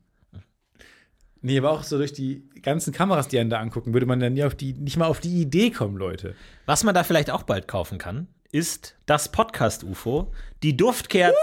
Speaker 1: Nee, aber auch so durch die ganzen Kameras, die einen da angucken, würde man dann nie auf die, nicht mal auf die Idee kommen, Leute.
Speaker 2: Was man da vielleicht auch bald kaufen kann, ist das Podcast-UFO, die Duftkerze,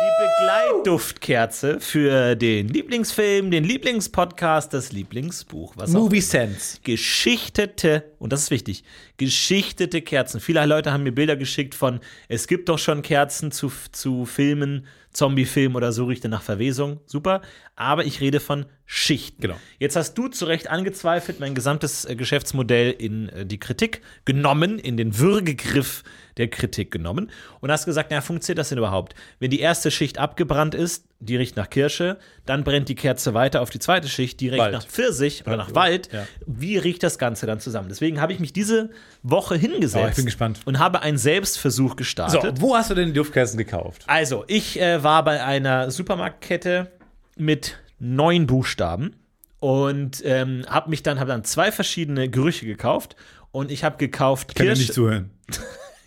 Speaker 2: die Begleitduftkerze für den Lieblingsfilm, den Lieblingspodcast, das Lieblingsbuch. Was auch
Speaker 1: Movie Sense.
Speaker 2: geschichtete, und das ist wichtig, geschichtete Kerzen. Viele Leute haben mir Bilder geschickt von, es gibt doch schon Kerzen zu, zu Filmen, Zombie-Filmen oder so, riecht er nach Verwesung. Super. Aber ich rede von Schichten.
Speaker 1: Genau.
Speaker 2: Jetzt hast du zu Recht angezweifelt, mein gesamtes äh, Geschäftsmodell in äh, die Kritik genommen, in den Würgegriff der Kritik genommen und hast gesagt, naja, funktioniert das denn überhaupt? Wenn die erste Schicht abgebrannt ist, die riecht nach Kirsche, dann brennt die Kerze weiter auf die zweite Schicht, die riecht
Speaker 1: Wald.
Speaker 2: nach Pfirsich oder nach Wald. Wie riecht das Ganze dann zusammen? Deswegen habe ich mich diese Woche hingesetzt
Speaker 1: Oh, ich bin gespannt.
Speaker 2: und habe einen Selbstversuch
Speaker 1: So,
Speaker 2: gestartet.
Speaker 1: wo hast du denn die Duftkerzen gekauft?
Speaker 2: Also, ich äh, war bei einer Supermarktkette mit neun Buchstaben und ähm, habe mich dann, hab dann zwei verschiedene Gerüche gekauft. Und ich habe gekauft
Speaker 1: Ich kann dir
Speaker 2: Kirsch-
Speaker 1: nicht zuhören.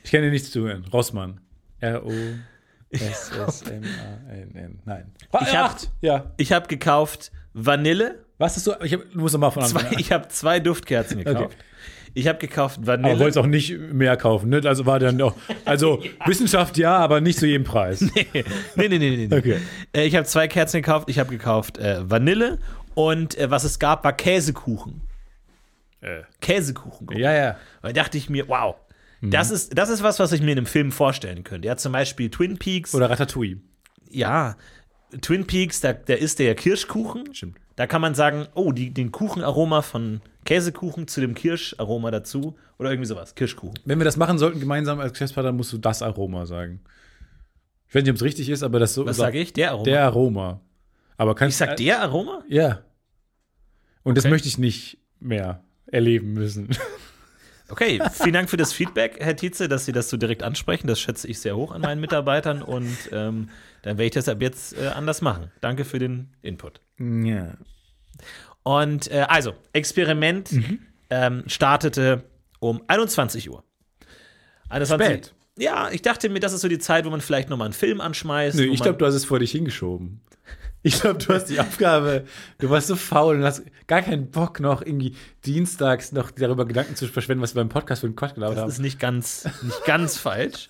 Speaker 1: Ich kann dir nicht zuhören. Rossmann. R-O-S-S-M-A-N-N. Nein.
Speaker 2: Ich hab-
Speaker 1: acht. Ja.
Speaker 2: Ich habe gekauft Vanille.
Speaker 1: Was ist so? Ich hab, du musst nochmal von Anfang
Speaker 2: Zwei,
Speaker 1: an.
Speaker 2: ich habe zwei Duftkerzen gekauft. Ich habe gekauft Vanille.
Speaker 1: Aber wolltest auch nicht mehr kaufen, ne? Also war dann auch. Also Wissenschaft ja, aber nicht zu jedem Preis.
Speaker 2: nee, nee, nee, nee. nee.
Speaker 1: Okay.
Speaker 2: Äh, ich habe zwei Kerzen gekauft. Ich habe gekauft äh, Vanille. Und äh, was es gab, war Käsekuchen. Käsekuchen.
Speaker 1: Ja, ja.
Speaker 2: Und da dachte ich mir, wow,
Speaker 1: Mhm.
Speaker 2: das, ist, das ist was, was ich mir in einem Film vorstellen könnte. Ja, zum Beispiel Twin Peaks.
Speaker 1: Oder Ratatouille.
Speaker 2: ja, Twin Peaks, da, da isst der ja Kirschkuchen.
Speaker 1: Stimmt.
Speaker 2: Da kann man sagen, oh, die, den Kuchenaroma von Käsekuchen zu dem Kirscharoma dazu. Oder irgendwie sowas. Kirschkuchen.
Speaker 1: Wenn wir das machen sollten gemeinsam als Geschäftspartner, musst du das Aroma sagen. Ich weiß nicht, ob es richtig ist, aber das so.
Speaker 2: Was sage ich? Der Aroma.
Speaker 1: Der Aroma. Aber kannst äh,
Speaker 2: ich sag der Aroma?
Speaker 1: Ja. Und das möchte ich nicht mehr erleben müssen.
Speaker 2: Okay, vielen Dank für das Feedback, Herr Tietze, dass Sie das so direkt ansprechen. Das schätze ich sehr hoch an meinen Mitarbeitern und ähm, dann werde ich das ab jetzt äh, anders machen. Danke für den Input.
Speaker 1: Ja.
Speaker 2: Und äh, also, Experiment
Speaker 1: Mhm.
Speaker 2: ähm, startete um 21 Uhr. 21
Speaker 1: Spät.
Speaker 2: Ja, ich dachte mir, das ist so die Zeit, wo man vielleicht nochmal einen Film anschmeißt.
Speaker 1: Nö,
Speaker 2: wo
Speaker 1: Also, ich
Speaker 2: man-
Speaker 1: glaube, du hast es vor dich hingeschoben. Ich glaube, du hast die Aufgabe, du warst so faul und hast gar keinen Bock noch irgendwie dienstags noch darüber Gedanken zu verschwenden, was wir beim Podcast für einen Quatsch gelabert
Speaker 2: Genau, Das
Speaker 1: haben.
Speaker 2: ist nicht ganz, nicht ganz falsch.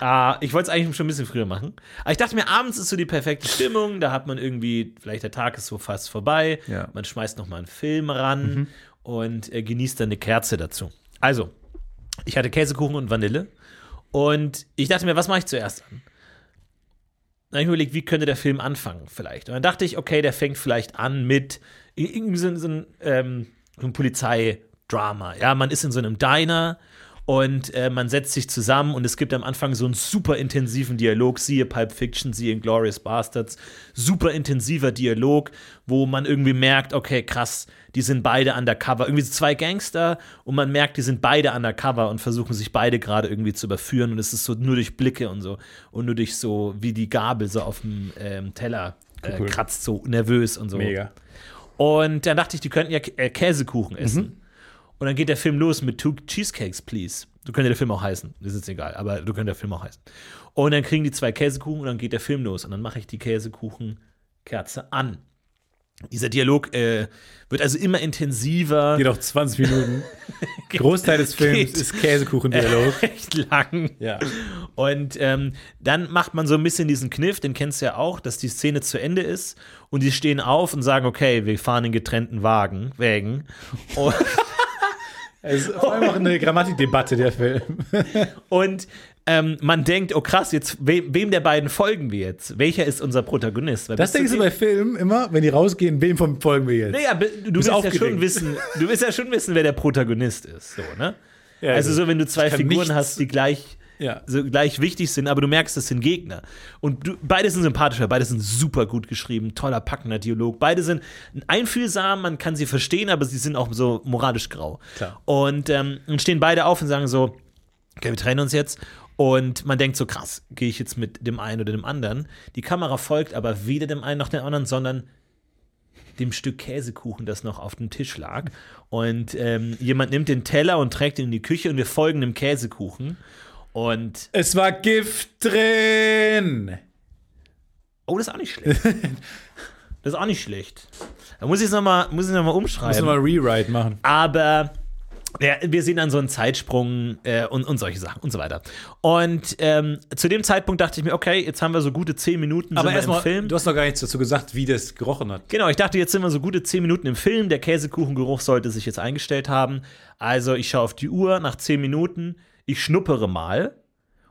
Speaker 2: Äh, ich wollte es eigentlich schon ein bisschen früher machen. Aber ich dachte mir, abends ist so die perfekte Stimmung. Da hat man irgendwie, vielleicht der Tag ist so fast vorbei.
Speaker 1: Ja.
Speaker 2: Man schmeißt noch mal einen Film ran und äh, genießt dann eine Kerze dazu. Also, ich hatte Käsekuchen und Vanille. Und ich dachte mir, was mache ich zuerst an? Dann habe ich mir überlegt, wie könnte der Film anfangen vielleicht? Und dann dachte ich, okay, der fängt vielleicht an mit irgendwie so, so ein, ähm, so ein Polizeidrama. Ja, man ist in so einem Diner und äh, man setzt sich zusammen und es gibt am Anfang so einen super intensiven Dialog, siehe Pulp Fiction, siehe Glorious Bastards, super intensiver Dialog, wo man irgendwie merkt, okay, krass, die sind beide undercover. Irgendwie so zwei Gangster und man merkt, die sind beide undercover und versuchen sich beide gerade irgendwie zu überführen. Und es ist so nur durch Blicke und so und nur durch so, wie die Gabel so auf dem ähm, Teller äh,
Speaker 1: Cool.
Speaker 2: kratzt, so nervös und so.
Speaker 1: Mega.
Speaker 2: Und dann dachte ich, die könnten ja K- äh, Käsekuchen essen. Und dann geht der Film los mit Two Cheesecakes, please. So könnte der Film auch heißen. Das ist jetzt egal, aber du könnte der Film auch heißen. Und dann kriegen die zwei Käsekuchen und dann geht der Film los. Und dann mache ich die Käsekuchenkerze an. Dieser Dialog äh, wird also immer intensiver.
Speaker 1: Geht auch 20 Minuten. Großteil des Films
Speaker 2: Geht.
Speaker 1: ist Käsekuchendialog.
Speaker 2: Recht lang.
Speaker 1: ja.
Speaker 2: Und ähm, dann macht man so ein bisschen diesen Kniff, den kennst du ja auch, dass die Szene zu Ende ist und die stehen auf und sagen, okay, wir fahren in getrennten Wagen, Wägen. Und
Speaker 1: Es ist vor allem auch eine Grammatikdebatte, der Film.
Speaker 2: Und ähm, man denkt, oh krass, jetzt we wem der beiden folgen wir jetzt? Welcher ist unser Protagonist? Weil
Speaker 1: Das
Speaker 2: bist
Speaker 1: denkst du bei Filmen immer, wenn die rausgehen, wem vom folgen wir jetzt?
Speaker 2: Naja, be- du willst ja
Speaker 1: aufgeregt.
Speaker 2: schon wissen, du willst ja schon wissen, wer der Protagonist ist, so, ne?
Speaker 1: Ja,
Speaker 2: also
Speaker 1: also,
Speaker 2: so, wenn du zwei
Speaker 1: kann
Speaker 2: Figuren
Speaker 1: nichts-
Speaker 2: hast, die gleich
Speaker 1: Ja.
Speaker 2: so gleich wichtig sind, aber du merkst, das sind Gegner. Und du, beide sind sympathisch, weil beide sind super gut geschrieben, toller, packender Dialog. Beide sind einfühlsam, man kann sie verstehen, aber sie sind auch so moralisch grau.
Speaker 1: Klar.
Speaker 2: Und ähm, dann stehen beide auf und sagen so, okay, wir trennen uns jetzt. Und man denkt so, krass, gehe ich jetzt mit dem einen oder dem anderen? Die Kamera folgt aber weder dem einen noch dem anderen, sondern dem Stück Käsekuchen, das noch auf dem Tisch lag. Und ähm, jemand nimmt den Teller und trägt ihn in die Küche und wir folgen dem Käsekuchen. Und
Speaker 1: Es war Gift drin.
Speaker 2: Oh, das ist auch nicht schlecht. das ist auch nicht schlecht. Da muss ich es nochmal noch mal umschreiben.
Speaker 1: Müssen wir mal Rewrite machen.
Speaker 2: Aber ja, wir sehen dann so einen Zeitsprung äh, und, und solche Sachen und so weiter. Und ähm, zu dem Zeitpunkt dachte ich mir, okay, jetzt haben wir so gute 10 Minuten sind wir im Film.
Speaker 1: du hast noch gar nichts dazu gesagt, wie das gerochen hat.
Speaker 2: Genau, ich dachte, jetzt sind wir so gute 10 Minuten im Film. Der Käsekuchengeruch sollte sich jetzt eingestellt haben. Also ich schaue auf die Uhr nach 10 Minuten. Ich schnuppere mal.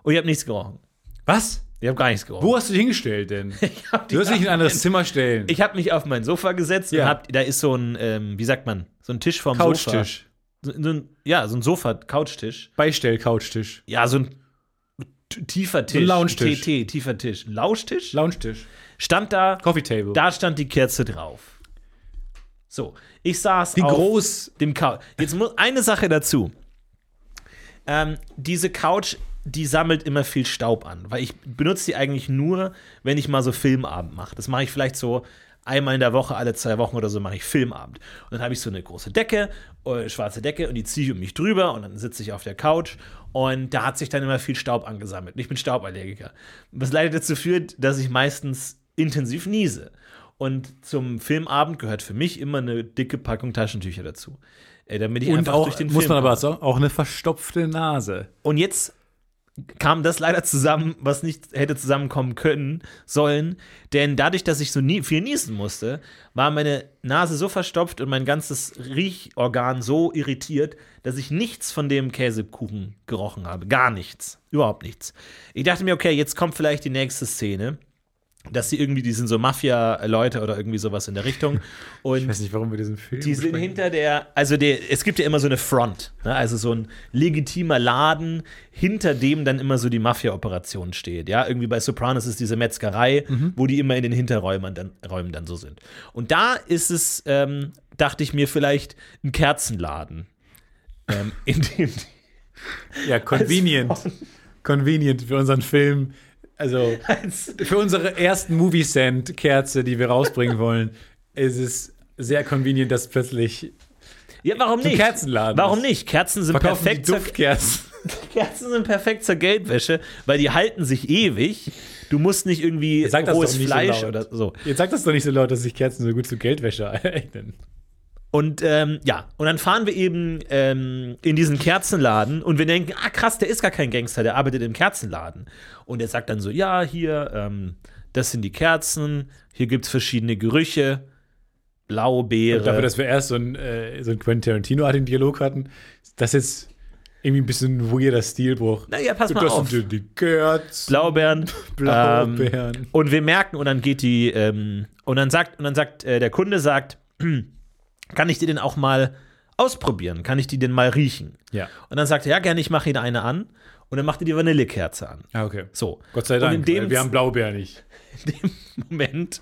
Speaker 2: Und ich habe nichts gerochen.
Speaker 1: Was?
Speaker 2: Ich habe gar nichts geraucht.
Speaker 1: Wo hast du dich hingestellt denn?
Speaker 2: Ich hab die
Speaker 1: Du wirst dich in ein anderes
Speaker 2: Hand-
Speaker 1: Zimmer stellen.
Speaker 2: Ich habe mich auf mein Sofa gesetzt
Speaker 1: Ja.
Speaker 2: und hab, da ist so ein, ähm, wie sagt man, so ein Tisch vom
Speaker 1: Couchtisch.
Speaker 2: Sofa. So, so ein, ja, so ein Sofa, Couchtisch.
Speaker 1: Beistell-Couchtisch.
Speaker 2: Ja, so ein t- tiefer Tisch.
Speaker 1: Lounge-Tisch.
Speaker 2: TT, tiefer Tisch. Ein Lounge-Tisch?
Speaker 1: Lounge-Tisch.
Speaker 2: Stand da,
Speaker 1: Coffee Table.
Speaker 2: da stand die Kerze drauf. So, ich saß
Speaker 1: Wie
Speaker 2: auf
Speaker 1: groß?
Speaker 2: dem Couch. Jetzt muss eine Sache dazu. Ähm, diese Couch, die sammelt immer viel Staub an, weil ich benutze die eigentlich nur, wenn ich mal so Filmabend mache. Das mache ich vielleicht so einmal in der Woche, alle zwei Wochen oder so mache ich Filmabend. Und dann habe ich so eine große Decke, äh, schwarze Decke und die ziehe ich um mich drüber und dann sitze ich auf der Couch und da hat sich dann immer viel Staub angesammelt. Und ich bin Stauballergiker. Was leider dazu führt, dass ich meistens intensiv niese. Und zum Filmabend gehört für mich immer eine dicke Packung Taschentücher dazu. Äh, damit ich
Speaker 1: Und
Speaker 2: einfach
Speaker 1: auch,
Speaker 2: durch den
Speaker 1: muss
Speaker 2: Film
Speaker 1: man
Speaker 2: komme.
Speaker 1: aber sagen, auch eine verstopfte Nase.
Speaker 2: Und jetzt kam das leider zusammen, was nicht hätte zusammenkommen können sollen, denn dadurch, dass ich so nie, viel niesen musste, war meine Nase so verstopft und mein ganzes Riechorgan so irritiert, dass ich nichts von dem Käsekuchen gerochen habe, gar nichts, überhaupt nichts. Ich dachte mir, okay, jetzt kommt vielleicht die nächste Szene, dass sie irgendwie, die sind so Mafia-Leute oder irgendwie sowas in der Richtung und
Speaker 1: Ich weiß nicht, warum wir diesen Film
Speaker 2: die sind
Speaker 1: besprechen.
Speaker 2: hinter der, also der, es gibt ja immer so eine Front, ne? also so ein legitimer Laden, hinter dem dann immer so die Mafia-Operation steht. Ja, irgendwie bei Sopranos ist diese Metzgerei,
Speaker 1: Mhm.
Speaker 2: wo die immer in den Hinterräumen dann, Räumen dann so sind. Und da ist es, ähm, dachte ich mir, vielleicht ein Kerzenladen, ähm, in dem Oh,
Speaker 1: Ja, convenient.
Speaker 2: Also-
Speaker 1: Convenient für unseren Film. Also
Speaker 2: als,
Speaker 1: für unsere ersten Movie Send Kerze, die wir rausbringen wollen, ist es sehr convenient, dass plötzlich
Speaker 2: ja, warum
Speaker 1: ein
Speaker 2: nicht?
Speaker 1: Kerzenladen.
Speaker 2: Warum
Speaker 1: ist.
Speaker 2: nicht? Kerzen sind
Speaker 1: Verkaufen
Speaker 2: perfekt
Speaker 1: die
Speaker 2: zur
Speaker 1: Duftkerzen.
Speaker 2: Kerzen sind perfekt zur Geldwäsche, weil die halten sich ewig. Du musst nicht irgendwie
Speaker 1: Sag das
Speaker 2: rohes
Speaker 1: doch nicht so
Speaker 2: Fleisch
Speaker 1: laut.
Speaker 2: oder so.
Speaker 1: Jetzt sag das doch nicht so laut, dass sich Kerzen so gut zu Geldwäsche eignen.
Speaker 2: Und ähm, ja, und dann fahren wir eben ähm, in diesen Kerzenladen und wir denken, ah krass, der ist gar kein Gangster, der arbeitet im Kerzenladen. Und er sagt dann so, ja, hier, ähm, das sind die Kerzen, hier gibt es verschiedene Gerüche, Blaubeere.
Speaker 1: Dafür, dass wir erst so einen, äh, so einen Quentin Tarantino-artigen Dialog hatten, ist das jetzt irgendwie ein bisschen ein weirder Stilbruch.
Speaker 2: Naja, pass mal
Speaker 1: das
Speaker 2: auf.
Speaker 1: sind die Kerzen.
Speaker 2: Blaubeeren.
Speaker 1: Blaubeeren.
Speaker 2: Ähm, und wir merken, und dann geht die, ähm, und dann sagt, und dann sagt, äh, der Kunde sagt, hm, kann ich die denn auch mal ausprobieren? Kann ich die denn mal riechen?
Speaker 1: Ja.
Speaker 2: Und dann sagt er, ja, gerne, ich mache Ihnen eine an. Und dann macht er die Vanillekerze an.
Speaker 1: Ah, okay.
Speaker 2: So.
Speaker 1: Gott sei
Speaker 2: Und in
Speaker 1: Dank,
Speaker 2: dem,
Speaker 1: weil wir haben Blaubeeren nicht.
Speaker 2: in dem Moment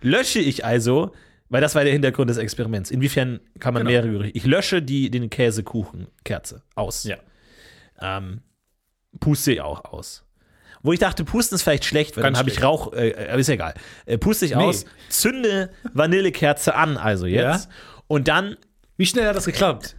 Speaker 2: lösche ich also, weil das war der Hintergrund des Experiments. Inwiefern
Speaker 1: Genau.
Speaker 2: kann man mehrere Gerüche? Ich lösche die, den Käsekuchenkerze aus.
Speaker 1: Ja.
Speaker 2: Ähm, puste ich auch aus. Wo ich dachte, pusten ist vielleicht schlecht, weil
Speaker 1: Ganz
Speaker 2: dann habe ich
Speaker 1: schlecht.
Speaker 2: Rauch, äh, äh, ist ja egal. Äh, puste ich aus, zünde Vanillekerze an, also jetzt. Und dann,
Speaker 1: Wie schnell hat das geklappt?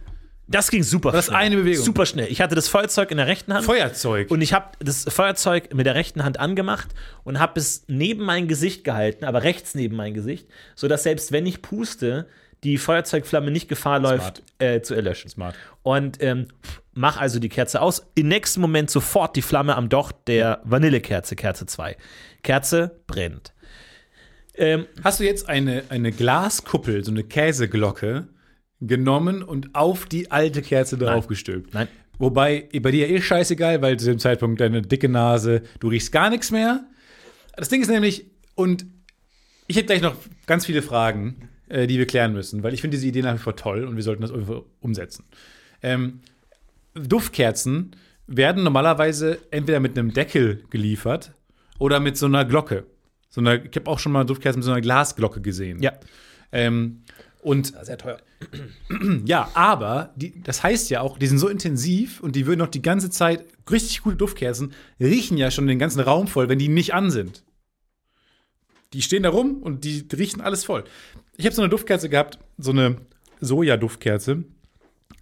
Speaker 2: das ging super
Speaker 1: Das ist eine Bewegung.
Speaker 2: Super schnell. Ich hatte das Feuerzeug in der rechten Hand.
Speaker 1: Feuerzeug.
Speaker 2: Und ich habe das Feuerzeug mit der rechten Hand angemacht und habe es neben mein Gesicht gehalten, aber rechts neben mein Gesicht, sodass selbst wenn ich puste, die Feuerzeugflamme nicht Gefahr läuft, äh, zu erlöschen.
Speaker 1: Smart.
Speaker 2: Und ähm, mach also die Kerze aus. Im nächsten Moment sofort die Flamme am Docht der Vanillekerze, Kerze 2. Kerze brennt. Ähm,
Speaker 1: Hast du jetzt eine, eine Glaskuppel, so eine Käseglocke, genommen und auf die alte Kerze draufgestülpt?
Speaker 2: Nein.
Speaker 1: Wobei, bei dir ja eh scheißegal, weil zu dem Zeitpunkt deine dicke Nase, du riechst gar nichts mehr. Das Ding ist nämlich, und ich hätte gleich noch ganz viele Fragen, äh, die wir klären müssen, weil ich finde diese Idee nach wie vor toll und wir sollten das irgendwo umsetzen. Ähm, Duftkerzen werden normalerweise entweder mit einem Deckel geliefert oder mit so einer Glocke. So einer, ich habe auch schon mal Duftkerzen mit so einer Glasglocke gesehen.
Speaker 2: ja.
Speaker 1: Ähm, und
Speaker 2: Sehr teuer.
Speaker 1: ja, aber die, das heißt ja auch, die sind so intensiv und die würden noch die ganze Zeit richtig gute Duftkerzen riechen ja schon den ganzen Raum voll, wenn die nicht an sind. Die stehen da rum und die riechen alles voll. Ich habe so eine Duftkerze gehabt, so eine Soja-Duftkerze.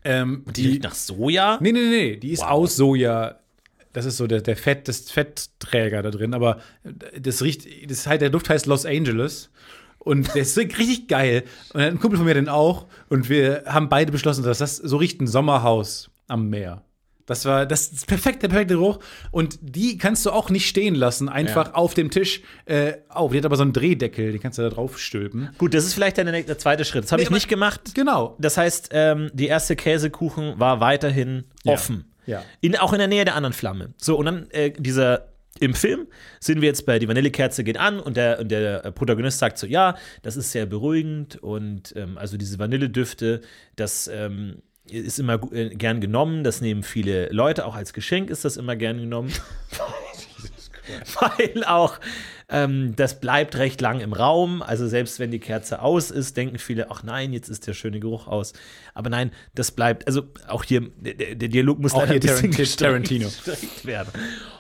Speaker 1: Ähm,
Speaker 2: Die riecht nach Soja?
Speaker 1: Nee, nee, nee, die ist aus Soja. Das ist so der, der Fett, das Fettträger da drin, aber das riecht, das halt, der Duft heißt Los Angeles. Und der ist ri- richtig geil. Und ein Kumpel von mir den auch. Und wir haben beide beschlossen, dass das so riecht ein Sommerhaus am Meer. Das war das ist perfekt, der perfekte Geruch. Und die kannst du auch nicht stehen lassen, einfach auf dem Tisch. Äh, auf. Die hat aber so einen Drehdeckel, den kannst du da drauf stülpen.
Speaker 2: Gut, das ist vielleicht dann der, nächste- der zweite Schritt. Das habe
Speaker 1: Nee,
Speaker 2: ich
Speaker 1: aber-
Speaker 2: nicht gemacht.
Speaker 1: Genau.
Speaker 2: Das heißt, ähm, die erste Käsekuchen war weiterhin offen.
Speaker 1: Ja.
Speaker 2: In, auch in der Nähe der anderen Flamme. So, und dann äh, dieser im Film sind wir jetzt bei die Vanillekerze geht an und der, und der Protagonist sagt so, ja, das ist sehr beruhigend und ähm, also diese Vanilledüfte, das ähm, ist immer gu- äh, gern genommen, das nehmen viele Leute, auch als Geschenk ist das immer gern genommen, weil auch ähm, das bleibt recht lang im Raum, also selbst wenn die Kerze aus ist, denken viele, ach nein, jetzt ist der schöne Geruch aus, aber nein, das bleibt, also auch hier, der, der der Dialog muss
Speaker 1: Auch
Speaker 2: leider
Speaker 1: hier
Speaker 2: ein bisschen
Speaker 1: Tarant-
Speaker 2: gestreckt-
Speaker 1: Tarantino.
Speaker 2: gestreckt werden.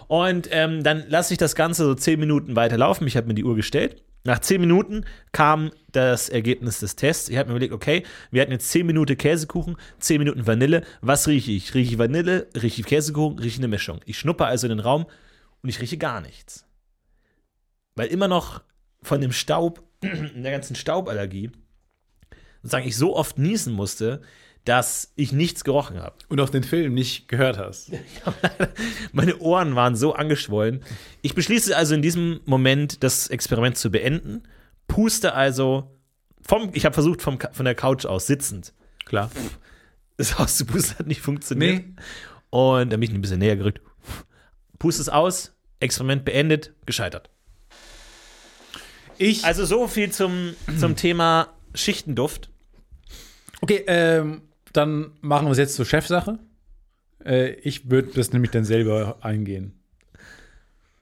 Speaker 2: Und ähm, dann lasse ich das Ganze so zehn Minuten weiterlaufen. Ich habe mir die Uhr gestellt. Nach zehn Minuten kam das Ergebnis des Tests. Ich habe mir überlegt, okay, wir hatten jetzt zehn Minuten Käsekuchen, zehn Minuten Vanille. Was rieche ich? Rieche ich Vanille, rieche ich Käsekuchen, rieche ich eine Mischung. Ich schnuppe also in den Raum und ich rieche gar nichts. Weil immer noch von dem Staub, in der ganzen Stauballergie, sozusagen ich so oft niesen musste, dass ich nichts gerochen habe.
Speaker 1: Und auf den Film nicht gehört hast.
Speaker 2: Meine Ohren waren so angeschwollen. Ich beschließe also in diesem Moment, das Experiment zu beenden. Puste also vom, ich habe versucht, vom, Ka- von der Couch aus sitzend.
Speaker 1: Klar.
Speaker 2: Das auszupusten hat nicht funktioniert.
Speaker 1: Nee.
Speaker 2: Und dann bin ich ein bisschen näher gerückt. Puste es aus, Experiment beendet, gescheitert.
Speaker 1: Ich.
Speaker 2: Also so viel zum, zum Thema Schichtenduft.
Speaker 1: Okay, ähm, dann machen wir es jetzt zur Chefsache. Äh, ich würde das nämlich dann selber eingehen.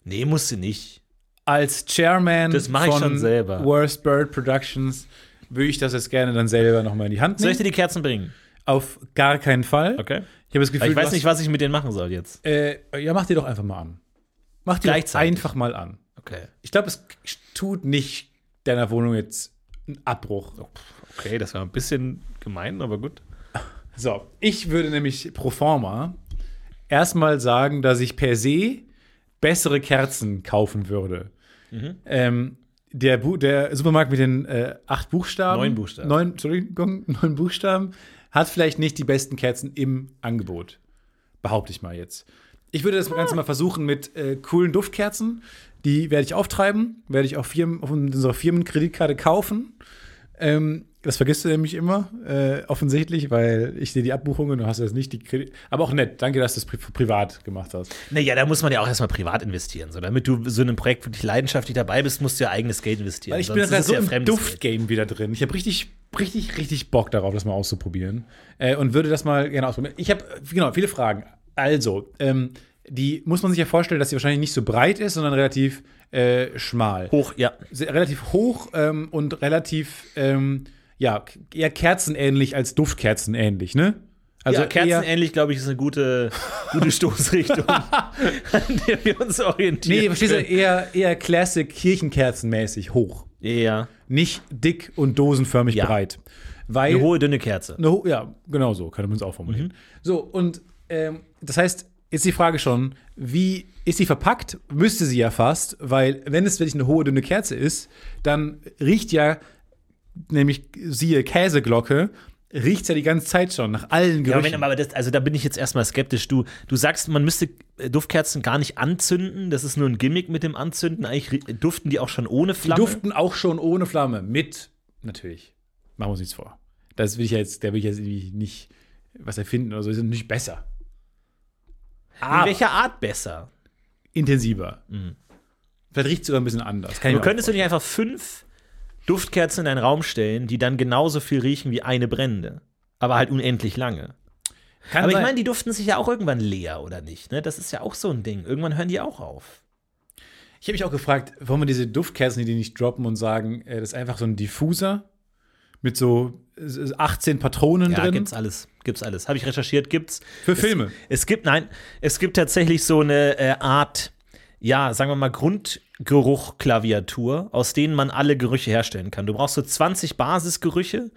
Speaker 2: Nee, musste nicht.
Speaker 1: Als Chairman
Speaker 2: Das mach ich
Speaker 1: von
Speaker 2: schon selber.
Speaker 1: Worst Bird Productions würde ich das jetzt gerne dann selber nochmal in die Hand
Speaker 2: Soll ich
Speaker 1: nehmen.
Speaker 2: dir die Kerzen bringen?
Speaker 1: Auf gar keinen Fall.
Speaker 2: Okay.
Speaker 1: Ich habe das Gefühl,
Speaker 2: Weil ich
Speaker 1: du
Speaker 2: weiß
Speaker 1: hast-
Speaker 2: nicht, was ich mit denen machen soll jetzt.
Speaker 1: Äh, ja, mach die doch einfach mal an. Mach die doch
Speaker 2: Gleichzeitig.
Speaker 1: einfach mal an.
Speaker 2: Okay.
Speaker 1: Ich glaube, es tut nicht deiner Wohnung jetzt einen Abbruch.
Speaker 2: Okay, das war ein bisschen gemein, aber gut.
Speaker 1: So, ich würde nämlich pro forma erstmal sagen, dass ich per se bessere Kerzen kaufen würde.
Speaker 2: Mhm.
Speaker 1: Ähm, der, Bu der Supermarkt mit den äh, acht Buchstaben.
Speaker 2: Neun Buchstaben.
Speaker 1: Neun, Entschuldigung, neun Buchstaben hat vielleicht nicht die besten Kerzen im Angebot. Behaupte ich mal jetzt. Ich würde das Ganze mal versuchen mit äh, coolen Duftkerzen. Die werde ich auftreiben, werde ich auf, Firmen, auf unserer Firmenkreditkarte kaufen. Ähm, das vergisst du nämlich immer, äh, offensichtlich, weil ich sehe die Abbuchungen, du hast das nicht, die Kredit. Aber auch nett, danke, dass du es pri privat gemacht hast.
Speaker 2: Naja, da muss man ja auch erstmal privat investieren. So, damit du so in einem Projekt wirklich leidenschaftlich dabei bist, musst du ja eigenes Geld investieren.
Speaker 1: Weil ich
Speaker 2: Sonst
Speaker 1: bin da
Speaker 2: ist es
Speaker 1: so
Speaker 2: ja
Speaker 1: im
Speaker 2: fremdes
Speaker 1: Duftgame wieder drin. Ich habe richtig, richtig, richtig Bock darauf, das mal auszuprobieren. Äh, und würde das mal gerne ausprobieren. Ich habe, äh, genau, viele Fragen. Also, ähm, die muss man sich ja vorstellen, dass sie wahrscheinlich nicht so breit ist, sondern relativ äh, schmal.
Speaker 2: Geld. Hoch, ja.
Speaker 1: Sehr, relativ hoch ähm, und relativ, ähm, ja, k- eher kerzenähnlich als Duftkerzenähnlich, ne?
Speaker 2: Also
Speaker 1: eher-
Speaker 2: kerzenähnlich, glaube ich, ist eine gute, gute Stoßrichtung, an der wir uns orientieren.
Speaker 1: Nee, verstehst du, eher, eher Classic Kirchenkerzenmäßig hoch.
Speaker 2: Ja.
Speaker 1: Nicht dick und dosenförmig
Speaker 2: Ja.
Speaker 1: breit. Weil
Speaker 2: Eine Mhm. hohe, dünne Kerze.
Speaker 1: Eine ho- ja, genau so, könnte man es auch formulieren. So, und ähm, das heißt, ist die Frage schon, wie ist sie verpackt? Müsste sie ja fast, weil wenn es wirklich eine hohe, dünne Kerze ist, dann riecht ja, nämlich siehe Käseglocke, riecht ja die ganze Zeit schon nach allen
Speaker 2: Ja,
Speaker 1: Gerüchen.
Speaker 2: aber wenn, aber das, also da bin ich jetzt erstmal skeptisch. Du, du sagst, man müsste äh, Duftkerzen gar nicht anzünden. Das ist nur ein Gimmick mit dem Anzünden. Eigentlich ri- duften die auch schon ohne
Speaker 1: die
Speaker 2: Flamme.
Speaker 1: duften auch schon ohne Flamme, mit, natürlich, machen wir uns nichts vor. Das will ich ja jetzt, der will ich jetzt irgendwie nicht was erfinden oder so, ist natürlich besser, Ah.
Speaker 2: In welcher Art besser?
Speaker 1: intensiver.
Speaker 2: Mhm.
Speaker 1: Vielleicht riecht es sogar ein bisschen anders. Kann ich
Speaker 2: Du
Speaker 1: mir auch
Speaker 2: könntest du nicht einfach fünf Duftkerzen in einen Raum stellen, die dann genauso viel riechen wie eine brennende. Aber halt unendlich lange.
Speaker 1: Kann
Speaker 2: aber ich
Speaker 1: sein.
Speaker 2: meine, die duften sich ja auch irgendwann leer, oder nicht? Ne? Das ist ja auch so ein Ding. Irgendwann hören die auch auf.
Speaker 1: Ich habe mich auch gefragt, wollen wir diese Duftkerzen, die die nicht droppen und sagen, äh, das ist einfach so ein Diffuser mit so äh, 18 Patronen
Speaker 2: Ja,
Speaker 1: drin
Speaker 2: gibt's alles. Gibt's alles. Habe ich recherchiert, gibt's.
Speaker 1: für Filme.
Speaker 2: Es gibt, nein, es gibt tatsächlich so eine äh, Art, ja, sagen wir mal, Grundgeruchklaviatur, aus denen man alle Gerüche herstellen kann. Du brauchst so 20 Basisgerüche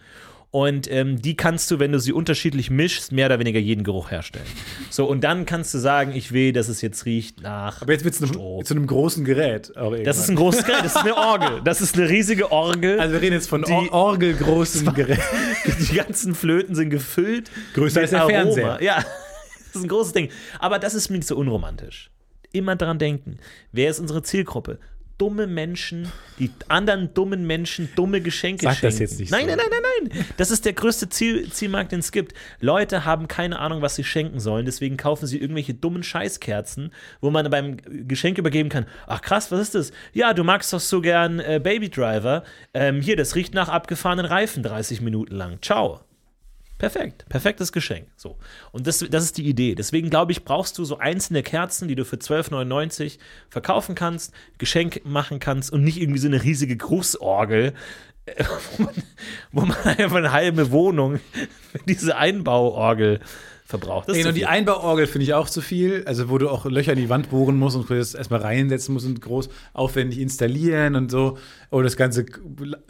Speaker 2: und ähm, die kannst du, wenn du sie unterschiedlich mischst, mehr oder weniger jeden Geruch herstellen. So, und dann kannst du sagen, ich will, dass es jetzt riecht nach.
Speaker 1: Aber jetzt wird
Speaker 2: Stroh.
Speaker 1: es zu einem großen Gerät. Auch
Speaker 2: Das ist ein großes Gerät, das ist eine Orgel. Das ist eine riesige Orgel.
Speaker 1: also wir reden jetzt von
Speaker 2: Die-
Speaker 1: Or orgelgroßen Geräten.
Speaker 2: die ganzen Flöten sind gefüllt.
Speaker 1: Größer
Speaker 2: mit
Speaker 1: als der Fernseher.
Speaker 2: Ja, das ist ein großes Ding. Aber das ist mir zu unromantisch. Immer dran denken. Wer ist unsere Zielgruppe? dumme Menschen, die anderen dummen Menschen dumme Geschenke
Speaker 1: Sag
Speaker 2: schenken.
Speaker 1: das jetzt nicht
Speaker 2: nein,
Speaker 1: so.
Speaker 2: nein, nein, nein, nein. Das ist der größte Ziel, Zielmarkt, den es gibt. Leute haben keine Ahnung, was sie schenken sollen, deswegen kaufen sie irgendwelche dummen Scheißkerzen, wo man beim Geschenk übergeben kann. Ach krass, was ist das? Ja, du magst doch so gern äh, Baby Driver. Ähm, hier, das riecht nach abgefahrenen Reifen 30 Minuten lang. Ciao. Perfekt, perfektes Geschenk. So. Und das, das ist die Idee. Deswegen glaube ich, brauchst du so einzelne Kerzen, die du für 12,99 verkaufen kannst, Geschenk machen kannst und nicht irgendwie so eine riesige Grußorgel, äh, wo man, wo man einfach eine halbe Wohnung für diese Einbauorgel verbraucht. Das ist
Speaker 1: Genau,
Speaker 2: zu
Speaker 1: die
Speaker 2: viel.
Speaker 1: Einbauorgel finde ich auch zu viel. Also, wo du auch Löcher in die Wand bohren musst und das erstmal reinsetzen musst und groß aufwendig installieren und so. Und das Ganze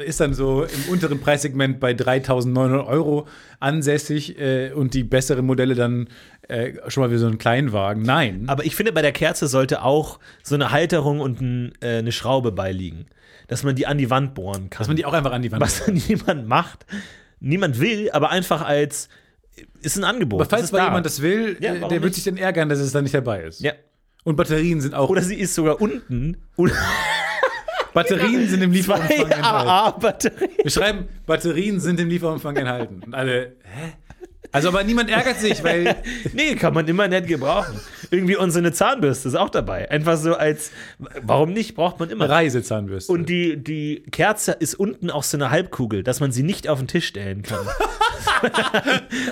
Speaker 1: ist dann so im unteren Preissegment bei 3.900 Euro ansässig äh, und die besseren Modelle dann äh, schon mal wie so einen Kleinwagen. Nein.
Speaker 2: Aber ich finde, bei der Kerze sollte auch so eine Halterung und ein, äh, eine Schraube beiliegen, dass man die an die Wand bohren kann.
Speaker 1: dass man die auch einfach an die Wand
Speaker 2: was niemand macht, niemand will, aber einfach als ist ein Angebot.
Speaker 1: Aber
Speaker 2: das
Speaker 1: falls
Speaker 2: ist
Speaker 1: mal
Speaker 2: da.
Speaker 1: jemand das will,
Speaker 2: Ja,
Speaker 1: äh,
Speaker 2: warum
Speaker 1: der wird
Speaker 2: nicht?
Speaker 1: sich dann ärgern, dass es dann nicht dabei ist.
Speaker 2: Ja.
Speaker 1: Und Batterien sind auch.
Speaker 2: Oder sie ist sogar unten. Oder
Speaker 1: Batterien sind im Lieferumfang
Speaker 2: bei
Speaker 1: enthalten.
Speaker 2: AA-Batterie.
Speaker 1: Wir schreiben, Batterien sind im Lieferumfang enthalten. Und alle, hä? Also, aber niemand ärgert sich, weil
Speaker 2: Nee, kann man immer nett gebrauchen. Irgendwie und so eine Zahnbürste ist auch dabei. Einfach so als, warum nicht, braucht man immer.
Speaker 1: Reisezahnbürste.
Speaker 2: Und die, die Kerze ist unten auch so eine Halbkugel, dass man sie nicht auf den Tisch stellen kann.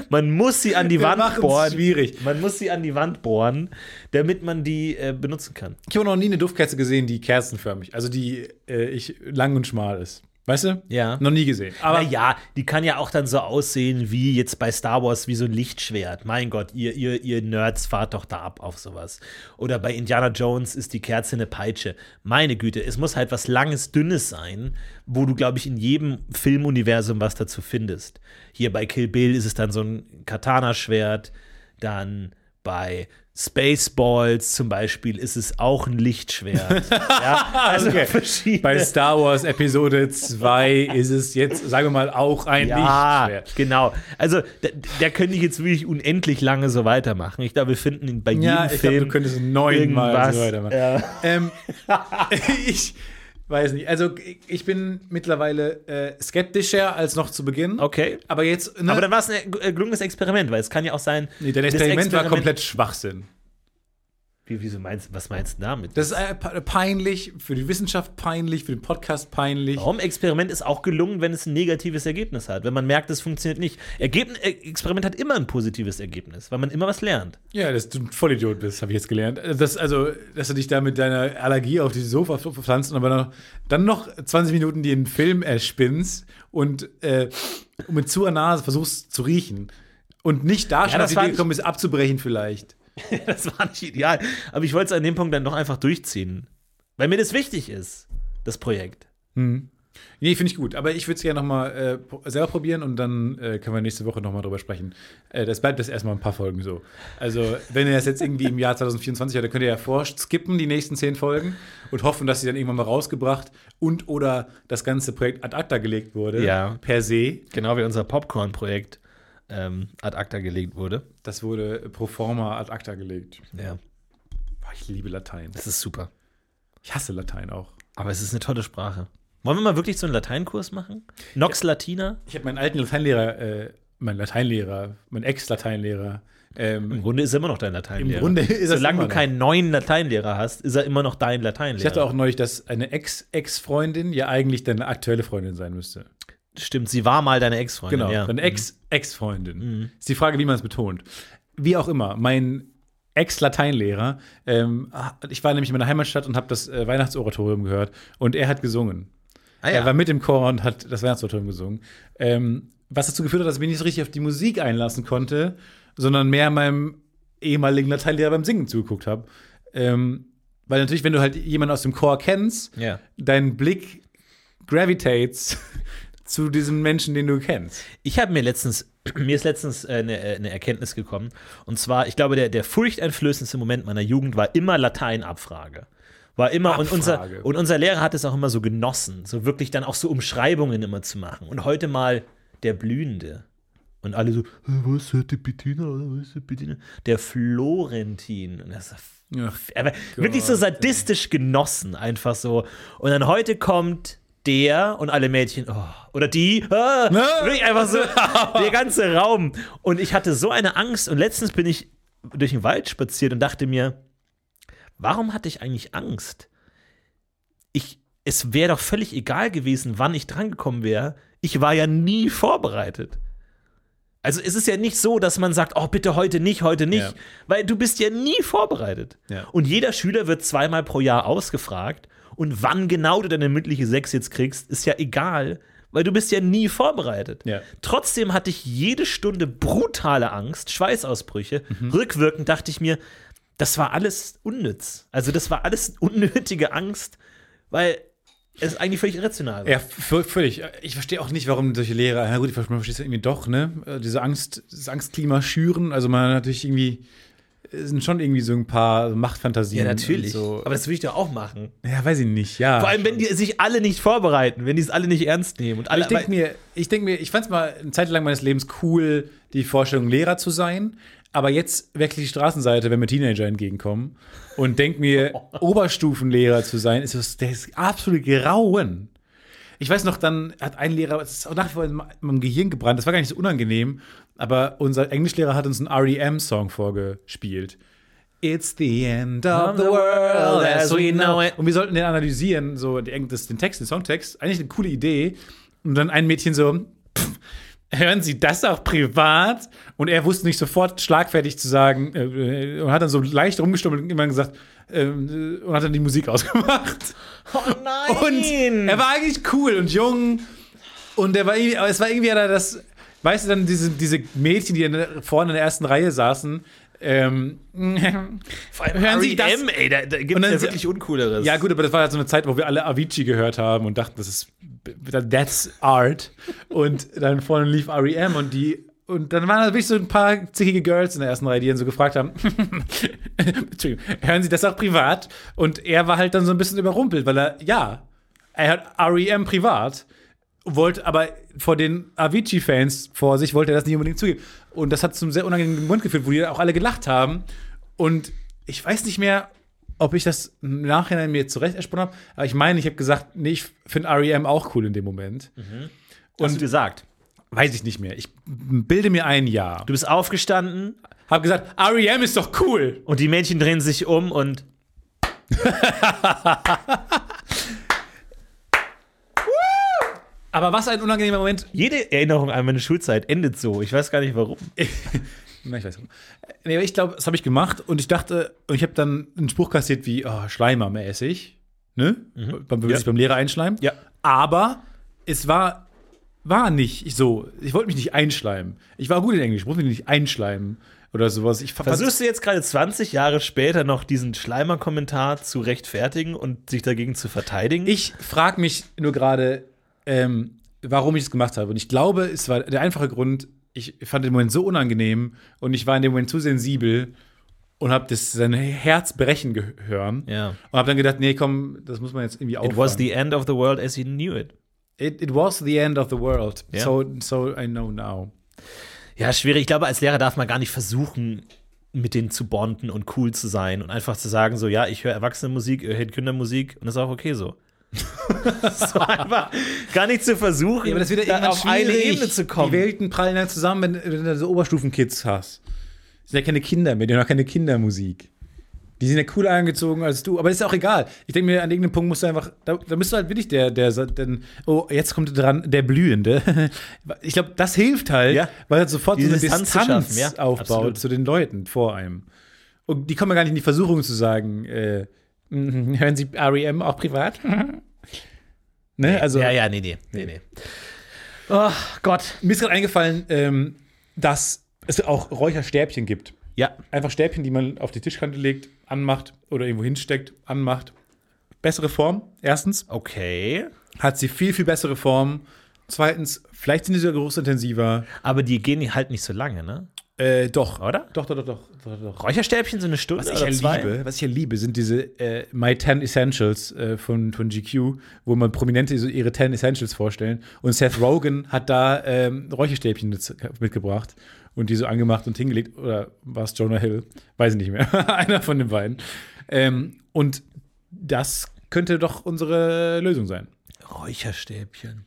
Speaker 2: man muss sie an die
Speaker 1: Wir
Speaker 2: Wand
Speaker 1: machen's
Speaker 2: bohren.
Speaker 1: schwierig.
Speaker 2: Man muss sie an die Wand bohren, damit man die äh, benutzen kann.
Speaker 1: ich habe noch nie eine Duftkerze gesehen, die kerzenförmig, also die äh, ich lang und schmal ist. Weißt du?
Speaker 2: Ja.
Speaker 1: Noch nie gesehen.
Speaker 2: Aber
Speaker 1: Aber
Speaker 2: ja, die kann ja auch dann so aussehen wie jetzt bei Star Wars, wie so ein Lichtschwert. Mein Gott, ihr, ihr, ihr Nerds fahrt doch da ab auf sowas. Oder bei Indiana Jones ist die Kerze eine Peitsche. Meine Güte, es muss halt was Langes, Dünnes sein, wo du, glaube ich, in jedem Filmuniversum was dazu findest. Hier bei Kill Bill ist es dann so ein Katana-Schwert, dann bei Spaceballs zum Beispiel ist es auch ein Lichtschwert. ja, also
Speaker 1: Okay.
Speaker 2: verschiedene.
Speaker 1: bei Star Wars Episode 2 ist es jetzt, sagen wir mal, auch ein
Speaker 2: Ja,
Speaker 1: Lichtschwert.
Speaker 2: genau. Also da, da könnte ich jetzt wirklich unendlich lange so weitermachen. Ich glaube, wir finden ihn bei jedem
Speaker 1: Ja, ich
Speaker 2: Film.
Speaker 1: glaube, du könntest neunmal
Speaker 2: irgendwas. Äh,
Speaker 1: so weitermachen.
Speaker 2: Ja.
Speaker 1: Ähm, ich weiß nicht. Also, ich- ich bin mittlerweile äh, skeptischer als noch zu Beginn.
Speaker 2: Okay.
Speaker 1: Aber jetzt. Ne,
Speaker 2: Aber dann war es ein äh, gelungenes Experiment, weil es kann ja auch sein.
Speaker 1: nee, dein
Speaker 2: das
Speaker 1: Experiment, war komplett Schwachsinn.
Speaker 2: Wie, wieso meinst, was meinst du damit?
Speaker 1: Das ist äh, pe- peinlich, für die Wissenschaft peinlich, für den Podcast peinlich.
Speaker 2: Warum? Experiment ist auch gelungen, wenn es ein negatives Ergebnis hat. Wenn man merkt, es funktioniert nicht. Ergebn äh, Experiment hat immer ein positives Ergebnis, weil man immer was lernt.
Speaker 1: Ja, dass du ein Vollidiot bist, habe ich jetzt gelernt. Das, also, dass du dich da mit deiner Allergie auf die Sofa verpflanzt und aber noch, dann noch 20 Minuten dir einen Film erspinnst und äh, mit zuer Nase versuchst zu riechen. Und nicht da schon
Speaker 2: das
Speaker 1: auf die
Speaker 2: war
Speaker 1: Idee
Speaker 2: nicht-
Speaker 1: gekommen bist, abzubrechen vielleicht.
Speaker 2: Das war nicht ideal. Aber ich wollte es an dem Punkt dann doch einfach durchziehen. Weil mir das wichtig ist, das Projekt.
Speaker 1: Nee, finde ich gut. Aber ich würde es gerne nochmal äh, pro- selber probieren und dann äh, können wir nächste Woche nochmal drüber sprechen. Äh, das bleibt jetzt erstmal ein paar Folgen so. Also, wenn ihr das jetzt irgendwie im Jahr 2024 habt, dann könnt ihr ja vorskippen die nächsten zehn Folgen und hoffen, dass sie dann irgendwann mal rausgebracht und oder das ganze Projekt ad acta gelegt wurde.
Speaker 2: Ja.
Speaker 1: Per se.
Speaker 2: Genau wie unser Popcorn-Projekt ähm, ad acta gelegt wurde.
Speaker 1: Das wurde pro forma ad acta gelegt.
Speaker 2: Ja,
Speaker 1: Boah, ich liebe Latein.
Speaker 2: das ist super.
Speaker 1: Ich hasse Latein auch.
Speaker 2: Aber es ist eine tolle Sprache. Wollen wir mal wirklich so einen Lateinkurs machen? Nox Latina?
Speaker 1: Ich habe meinen alten Lateinlehrer, äh, meinen Lateinlehrer, meinen Ex-Lateinlehrer, ähm,
Speaker 2: Im Grunde ist er immer noch dein Lateinlehrer.
Speaker 1: Im Grunde ist das
Speaker 2: Solange
Speaker 1: immer
Speaker 2: du
Speaker 1: noch.
Speaker 2: keinen neuen Lateinlehrer hast, ist er immer noch dein Lateinlehrer.
Speaker 1: Ich hatte auch neulich, dass eine Ex-Ex-Freundin ja eigentlich deine aktuelle Freundin sein müsste.
Speaker 2: Stimmt, sie war mal deine Ex-Freundin.
Speaker 1: Genau,
Speaker 2: Ja.
Speaker 1: deine Ex-Ex-Freundin. Ist die Frage, wie man es betont. Wie auch immer, mein Ex-Lateinlehrer, ähm, ich war nämlich in meiner Heimatstadt und habe das äh, Weihnachtsoratorium gehört und er hat gesungen.
Speaker 2: Ah, ja.
Speaker 1: Er war mit im Chor und hat das Weihnachtsoratorium gesungen. Ähm, was dazu geführt hat, dass ich mich nicht so richtig auf die Musik einlassen konnte, sondern mehr meinem ehemaligen Lateinlehrer beim Singen zugeguckt habe. Ähm, weil natürlich, wenn du halt jemanden aus dem Chor kennst,
Speaker 2: ja.
Speaker 1: dein Blick gravitates zu diesem Menschen, den du kennst.
Speaker 2: Ich habe mir letztens, mir ist letztens äh, eine, äh, eine Erkenntnis gekommen. Und zwar, ich glaube, der, der furchteinflößendste Moment meiner Jugend war immer Lateinabfrage. War immer, und unser,
Speaker 1: Abfrage.
Speaker 2: und unser Lehrer hat es auch immer so genossen, so wirklich dann auch so Umschreibungen immer zu machen. Und heute mal der Blühende. Und alle so, "Äh, was hat die Bettina? Was hat die Bettina? Der Florentin. Und das ist
Speaker 1: Ja.
Speaker 2: aber wirklich so sadistisch genossen, einfach so. Und dann heute kommt der und alle Mädchen, oh, oder die, ah, wirklich einfach so, der ganze Raum. Und ich hatte so eine Angst. Und letztens bin ich durch den Wald spaziert und dachte mir, warum hatte ich eigentlich Angst? Ich, es wäre doch völlig egal gewesen, wann ich drangekommen wäre. Ich war ja nie vorbereitet. Also es ist ja nicht so, dass man sagt, oh bitte heute nicht, heute nicht,
Speaker 1: Ja.
Speaker 2: weil du bist ja nie vorbereitet.
Speaker 1: Ja.
Speaker 2: Und jeder Schüler wird zweimal pro Jahr ausgefragt und wann genau du deine mündliche 6 jetzt kriegst, ist ja egal, weil du bist ja nie vorbereitet.
Speaker 1: Ja.
Speaker 2: Trotzdem hatte ich jede Stunde brutale Angst, Schweißausbrüche.
Speaker 1: Mhm.
Speaker 2: Rückwirkend dachte ich mir, das war alles unnütz. Also das war alles unnötige Angst, weil es eigentlich völlig irrational war.
Speaker 1: Ja, v- völlig. Ich verstehe auch nicht, warum solche Lehrer, na gut, ich verstehe es irgendwie doch, ne? Äh, Diese Angst, das Angstklima schüren. Also man hat natürlich irgendwie, es sind schon irgendwie so ein paar Machtfantasien. und So.
Speaker 2: Aber das will ich doch auch machen.
Speaker 1: ja, weiß ich nicht, ja.
Speaker 2: Vor allem, wenn die sich alle nicht vorbereiten, wenn die es alle nicht ernst nehmen und alle.
Speaker 1: ich denke mir, ich denke mir, ich fand es mal eine Zeit lang meines Lebens cool, die Vorstellung, Lehrer zu sein. Aber jetzt wechsle ich die Straßenseite, wenn mir Teenager entgegenkommen und denke mir, Oberstufenlehrer zu sein, ist das, das absolute Grauen. Ich weiß noch, dann hat ein Lehrer, es ist auch nach wie vor in meinem Gehirn gebrannt, das war gar nicht so unangenehm, aber unser Englischlehrer hat uns einen REM-Song vorgespielt. It's the end of the world as we know it. Und wir sollten den analysieren, so die- das, den Text, den Songtext. Eigentlich eine coole Idee. Und dann ein Mädchen so, pff, hören Sie das auch privat? Und er wusste nicht sofort schlagfertig zu sagen äh, äh, und hat dann so leicht rumgestummelt und immer gesagt, ähm, äh, und hat dann die Musik ausgemacht.
Speaker 2: oh
Speaker 1: Und
Speaker 2: nein!
Speaker 1: er war eigentlich cool und jung. Und er war irgendwie, aber es war irgendwie einer, das, weißt du, dann diese, diese Mädchen, die in der- vorne in der ersten Reihe saßen. Ähm, hören Sie das?
Speaker 2: E ey, da, da
Speaker 1: Und
Speaker 2: gibt
Speaker 1: dann-
Speaker 2: es ja wirklich Uncooleres.
Speaker 1: Ja, gut, aber das war halt so eine Zeit, wo wir alle Avicii gehört haben und dachten, das ist that's art. Und dann vorne lief REM und die und dann waren da wirklich so ein paar zickige Girls in der ersten Reihe, die ihn so gefragt haben: Entschuldigung, hören Sie das auch privat? Und er war halt dann so ein bisschen überrumpelt, weil er, ja, er hat REM privat, wollte aber vor den Avicii-Fans vor sich, wollte er das nicht unbedingt zugeben. Und das hat zum sehr unangenehmen Mund geführt, wo die auch alle gelacht haben. Und ich weiß nicht mehr, ob ich das im Nachhinein mir zurecht ersponnen habe, aber ich meine, ich habe gesagt, nee, ich finde REM auch cool in dem Moment.
Speaker 2: Hast du gesagt.
Speaker 1: Weiß ich nicht mehr. Ich bilde mir ein Ja.
Speaker 2: Du bist aufgestanden
Speaker 1: Habe gesagt, REM ist doch cool.
Speaker 2: und die Mädchen drehen sich um und.
Speaker 1: Aber was ein unangenehmer Moment.
Speaker 2: Jede Erinnerung an meine Schulzeit endet so. Ich weiß gar nicht warum.
Speaker 1: Na, ich weiß nicht. Nee, aber ich glaube, das habe ich gemacht und ich dachte, und ich habe dann einen Spruch kassiert wie oh, Schleimer-mäßig. Ne? Man will
Speaker 2: Ja.
Speaker 1: sich beim Lehrer einschleimen.
Speaker 2: Ja.
Speaker 1: Aber es war, war nicht so. Ich wollte mich nicht einschleimen. Ich war gut in Englisch, ich wollte mich nicht einschleimen oder sowas. Ich fand-
Speaker 2: Versuchst du jetzt gerade 20 Jahre später noch diesen Schleimer-Kommentar zu rechtfertigen und sich dagegen zu verteidigen?
Speaker 1: Ich frage mich nur gerade, ähm, warum ich es gemacht habe. Und ich glaube, es war der einfache Grund, ich fand den Moment so unangenehm und ich war in dem Moment zu sensibel und habe das sein Herz brechen gehört.
Speaker 2: Ja.
Speaker 1: Und habe dann gedacht, nee, komm, das muss man jetzt irgendwie auffangen.
Speaker 2: It was the end of the world as you knew it.
Speaker 1: it, it was the end of the world.
Speaker 2: Ja.
Speaker 1: So, so I know now.
Speaker 2: Ja, schwierig. Ich glaube, als Lehrer darf man gar nicht versuchen, mit denen zu bonden und cool zu sein und einfach zu sagen, so, ja, ich höre Erwachsenenmusik, ihr hört Kindermusik und das ist auch okay so. so einfach gar nicht zu versuchen, da auf eine Ebene zu kommen.
Speaker 1: Die Welten prallen dann zusammen, wenn, wenn du so Oberstufenkids hast. Das sind ja keine Kinder mehr, die haben auch keine Kindermusik. Die sind ja cooler angezogen als du, aber ist ja auch egal. Ich denke mir, an irgendeinem Punkt musst du einfach, da, da bist du halt wirklich der, der, denn, oh, jetzt kommt dran der Blühende. Ich glaube, das hilft halt,
Speaker 2: Ja.
Speaker 1: weil das sofort
Speaker 2: Die
Speaker 1: so eine
Speaker 2: Distanz
Speaker 1: Distanz,
Speaker 2: zu schaffen, ja,
Speaker 1: aufbaut
Speaker 2: absolut.
Speaker 1: zu den Leuten vor einem. Und die kommen ja gar nicht in die Versuchung zu sagen, äh, mm, hören Sie REM auch privat? ne, also.
Speaker 2: ja, ja, nee, nee, nee, nee. Oh Gott.
Speaker 1: Mir ist gerade eingefallen, ähm, dass es auch Räucherstäbchen gibt.
Speaker 2: Ja,
Speaker 1: Einfach Stäbchen, die man auf die Tischkante legt, anmacht oder irgendwo hinsteckt, anmacht. Bessere Form, erstens.
Speaker 2: okay.
Speaker 1: Hat sie viel, viel bessere Form. Zweitens, vielleicht sind die sogar geruchsintensiver.
Speaker 2: Aber die gehen halt nicht so lange, ne?
Speaker 1: Äh, doch.
Speaker 2: Oder?
Speaker 1: Doch, doch, doch, doch. doch, doch.
Speaker 2: Räucherstäbchen so eine Stunde
Speaker 1: Was ich,
Speaker 2: oder
Speaker 1: ja
Speaker 2: zwei?
Speaker 1: liebe, was ich ja liebe, sind diese äh, My 10 Essentials äh, von, von GQ, wo man Prominente so ihre 10 Essentials vorstellen. Und Seth Rogen hat da ähm, Räucherstäbchen mit, mitgebracht und die so angemacht und hingelegt. Oder war es Jonah Hill? Weiß ich nicht mehr. Einer von den beiden. Ähm, und das könnte doch unsere Lösung sein.
Speaker 2: Räucherstäbchen.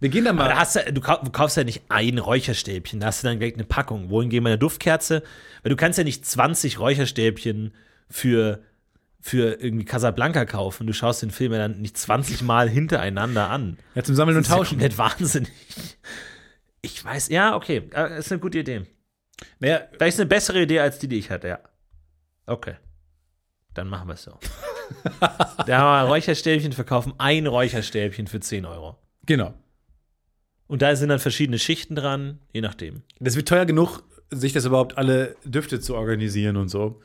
Speaker 1: Wir gehen da mal.
Speaker 2: Aber da hast du, du kau- kaufst ja nicht ein Räucherstäbchen, da hast du dann gleich eine Packung. Wohingegen bei einer Duftkerze, weil du kannst ja nicht 20 Räucherstäbchen für, für irgendwie Casablanca kaufen. Du schaust den Film ja dann nicht 20 Mal hintereinander an.
Speaker 1: ja, zum Sammeln und
Speaker 2: Das ist ja
Speaker 1: Tauschen.
Speaker 2: komplett wahnsinnig. Ich weiß, ja, okay, äh, ist eine gute Idee.
Speaker 1: Naja,
Speaker 2: Vielleicht ist eine bessere Idee als die, die ich hatte, ja. Okay. Dann machen wir es so. da haben wir Räucherstäbchen verkaufen, ein Räucherstäbchen für 10 Euro.
Speaker 1: genau.
Speaker 2: Und da sind dann verschiedene Schichten dran, je nachdem.
Speaker 1: Das wird teuer genug, sich das überhaupt alle Düfte zu organisieren und so.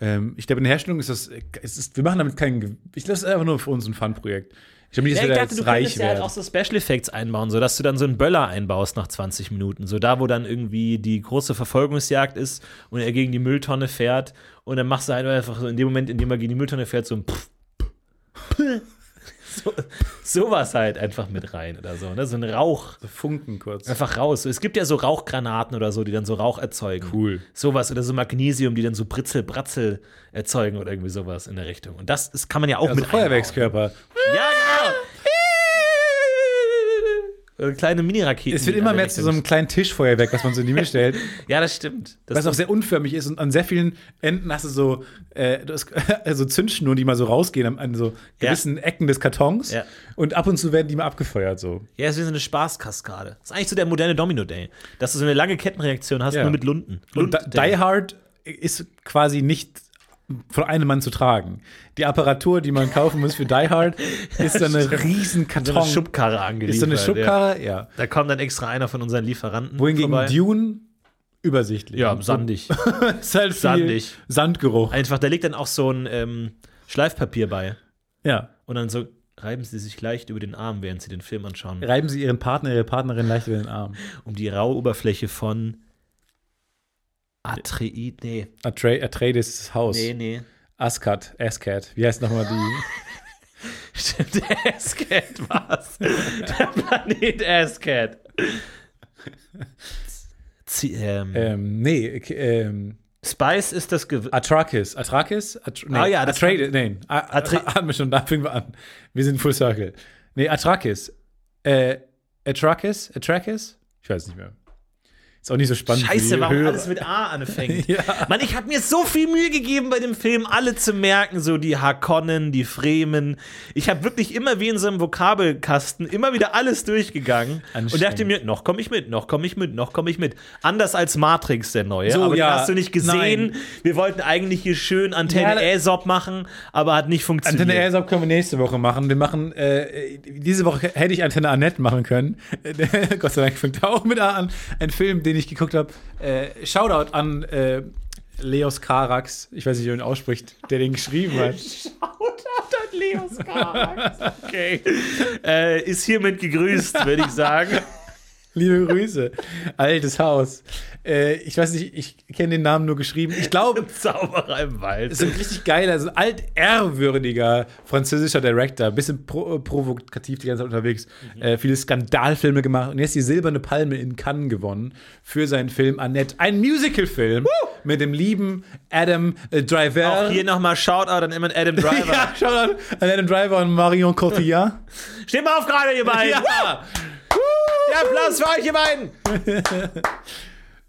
Speaker 1: Ähm, ich glaube, in der Herstellung ist das. Es ist, wir machen damit keinen. Ge- Ich lasse es einfach nur für uns ein Fun-Projekt. Ich glaube nicht, dass
Speaker 2: Ja,
Speaker 1: wir
Speaker 2: ich
Speaker 1: da
Speaker 2: dachte,
Speaker 1: jetzt
Speaker 2: du
Speaker 1: reich
Speaker 2: könntest ja halt
Speaker 1: werden.
Speaker 2: auch so Special Effects einbauen, sodass du dann so einen Böller einbaust nach 20 Minuten. So da, wo dann irgendwie die große Verfolgungsjagd ist und er gegen die Mülltonne fährt. Und dann machst du halt einfach so in dem Moment, in dem er gegen die Mülltonne fährt, so ein Pff, Pff. so, sowas halt einfach mit rein oder so. Ne? So ein Rauch.
Speaker 1: So Funken kurz.
Speaker 2: Einfach raus. So, Es gibt ja so Rauchgranaten oder so, die dann so Rauch erzeugen.
Speaker 1: Cool.
Speaker 2: Sowas oder so Magnesium, die dann so Britzel-Bratzel erzeugen oder irgendwie sowas in der Richtung. Und das ist, kann man ja auch
Speaker 1: Also
Speaker 2: mit einbauen.
Speaker 1: Feuerwerkskörper.
Speaker 2: Ja, genau. Äh, Kleine Mini-Raketen.
Speaker 1: Es wird immer
Speaker 2: die
Speaker 1: mehr
Speaker 2: alle
Speaker 1: zu so einem
Speaker 2: Richtung-
Speaker 1: kleinen Tischfeuerwerk, was man so in die Mitte stellt,
Speaker 2: Ja, das stimmt. Das
Speaker 1: was auch sehr unförmig ist und an sehr vielen Enden hast du so, äh, das, also Zündschnuren, die mal so rausgehen an, an so
Speaker 2: Ja.
Speaker 1: gewissen Ecken des Kartons
Speaker 2: Ja.
Speaker 1: und ab und zu werden die mal abgefeuert so.
Speaker 2: ja, es ist wie so eine Spaßkaskade. Das ist eigentlich so der moderne Domino-Day. Dass du so eine lange Kettenreaktion hast,
Speaker 1: Ja.
Speaker 2: nur mit Lunden.
Speaker 1: Und
Speaker 2: Lund-
Speaker 1: Di- Die Hard ist quasi nicht von einem Mann zu tragen. Die Apparatur, die man kaufen muss für Die Hard, ist so eine riesen
Speaker 2: so eine
Speaker 1: Karton.
Speaker 2: Schubkarre angeliefert.
Speaker 1: ist so eine
Speaker 2: Ja.
Speaker 1: Schubkarre, ja.
Speaker 2: Da kommt dann extra einer von unseren Lieferanten.
Speaker 1: Wohingegen
Speaker 2: vorbei.
Speaker 1: Dune übersichtlich.
Speaker 2: Ja, sandig.
Speaker 1: Ist halt viel
Speaker 2: sandig.
Speaker 1: Sandgeruch.
Speaker 2: Einfach, da liegt dann auch so ein ähm, Schleifpapier bei.
Speaker 1: Ja.
Speaker 2: Und dann so reiben sie sich leicht über den Arm, während sie den Film anschauen.
Speaker 1: Reiben Sie Ihren Partner, Ihre Partnerin leicht über den Arm.
Speaker 2: Um die raue Oberfläche von Atreid. Nee.
Speaker 1: Atre Atreides Haus.
Speaker 2: Nee, nee.
Speaker 1: Ascat, Ascat. Wie heißt nochmal die?
Speaker 2: Stimmt, Asscat war's. Der Planet Asscat. Z ähm,
Speaker 1: ähm, nee, k- ähm,
Speaker 2: Spice ist das Gew
Speaker 1: Atrakis. Atrakis? At nee.
Speaker 2: Ah ja, das-
Speaker 1: Atreides. Nein,
Speaker 2: Atre-
Speaker 1: Atreides. Hatten wir schon, da fingen wir an. Wir sind Full Circle. Nee, Atrakis. Äh, Atrakis? Atrakis? Ich weiß nicht mehr. Ist auch nicht so spannend. für
Speaker 2: Scheiße,
Speaker 1: die
Speaker 2: warum
Speaker 1: Hörer.
Speaker 2: alles mit A anfängt.
Speaker 1: Ja.
Speaker 2: Mann, ich habe mir so viel Mühe gegeben bei dem Film, alle zu merken, so die Hakonnen, die Fremen. Ich habe wirklich immer wie in so einem Vokabelkasten immer wieder alles durchgegangen und dachte mir, noch komme ich mit, noch komme ich mit, noch komme ich mit. Anders als Matrix der neue,
Speaker 1: So,
Speaker 2: aber
Speaker 1: ja,
Speaker 2: den hast du nicht gesehen. Wir wollten eigentlich hier schön
Speaker 1: Ja,
Speaker 2: Antenne
Speaker 1: da-
Speaker 2: Aesop machen, aber hat nicht funktioniert.
Speaker 1: Antenne Aesop können wir nächste Woche machen. Wir machen, äh, diese Woche hätte ich Antenne Annette machen können. Gott sei Dank fängt er auch mit A an. Ein Film, den ich geguckt habe. Äh, Shoutout an äh, Leos Karax. Ich weiß nicht, wie man ihn ausspricht, der den geschrieben hat.
Speaker 2: Shoutout an Leos Karax. Okay. äh, ist hiermit gegrüßt, würde ich sagen.
Speaker 1: Liebe Grüße. Altes Haus. Äh, ich weiß nicht, ich kenne den Namen nur geschrieben. Ich glaube,
Speaker 2: Zauberer im Wald.
Speaker 1: ist ein richtig geiler, so ein altehrwürdiger französischer Director, bisschen pro, äh, provokativ die ganze Zeit unterwegs,
Speaker 2: Mhm.
Speaker 1: äh, viele Skandalfilme gemacht und jetzt die Silberne Palme in Cannes gewonnen für seinen Film Annette. Ein Musicalfilm mit dem lieben Adam äh, Driver.
Speaker 2: Auch hier nochmal Shoutout an immer Adam Driver.
Speaker 1: Ja, schau an, an Adam Driver und Marion Cotillard.
Speaker 2: Steht mal auf gerade, ihr beiden.
Speaker 1: Ja!
Speaker 2: Der Applaus für euch, ihr beiden.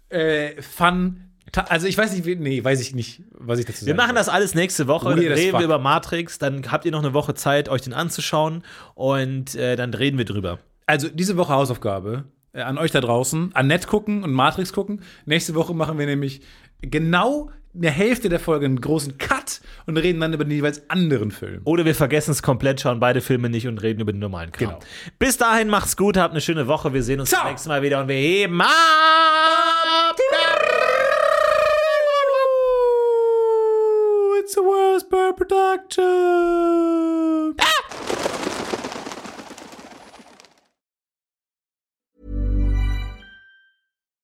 Speaker 1: Äh, fun. Also ich weiß nicht, wie- nee, weiß ich nicht, was ich dazu
Speaker 2: Wir
Speaker 1: sagen
Speaker 2: machen das alles nächste Woche. Dann
Speaker 1: Weird as
Speaker 2: reden
Speaker 1: fuck.
Speaker 2: wir über Matrix. Dann habt ihr noch eine Woche Zeit, euch den anzuschauen. Und äh, dann reden wir drüber.
Speaker 1: Also diese Woche Hausaufgabe äh, an euch da draußen. Annette gucken und Matrix gucken. Nächste Woche machen wir nämlich genau eine Hälfte der Folge einen großen Cut und reden dann über den jeweils anderen Film.
Speaker 2: Oder wir vergessen es komplett, schauen beide Filme nicht und reden über den normalen Kram.
Speaker 1: Genau.
Speaker 2: Bis dahin, macht's gut, habt eine schöne Woche. Wir sehen uns
Speaker 1: Ciao.
Speaker 2: beim nächsten Mal wieder und wir heben ab.
Speaker 1: It's the worst bird production.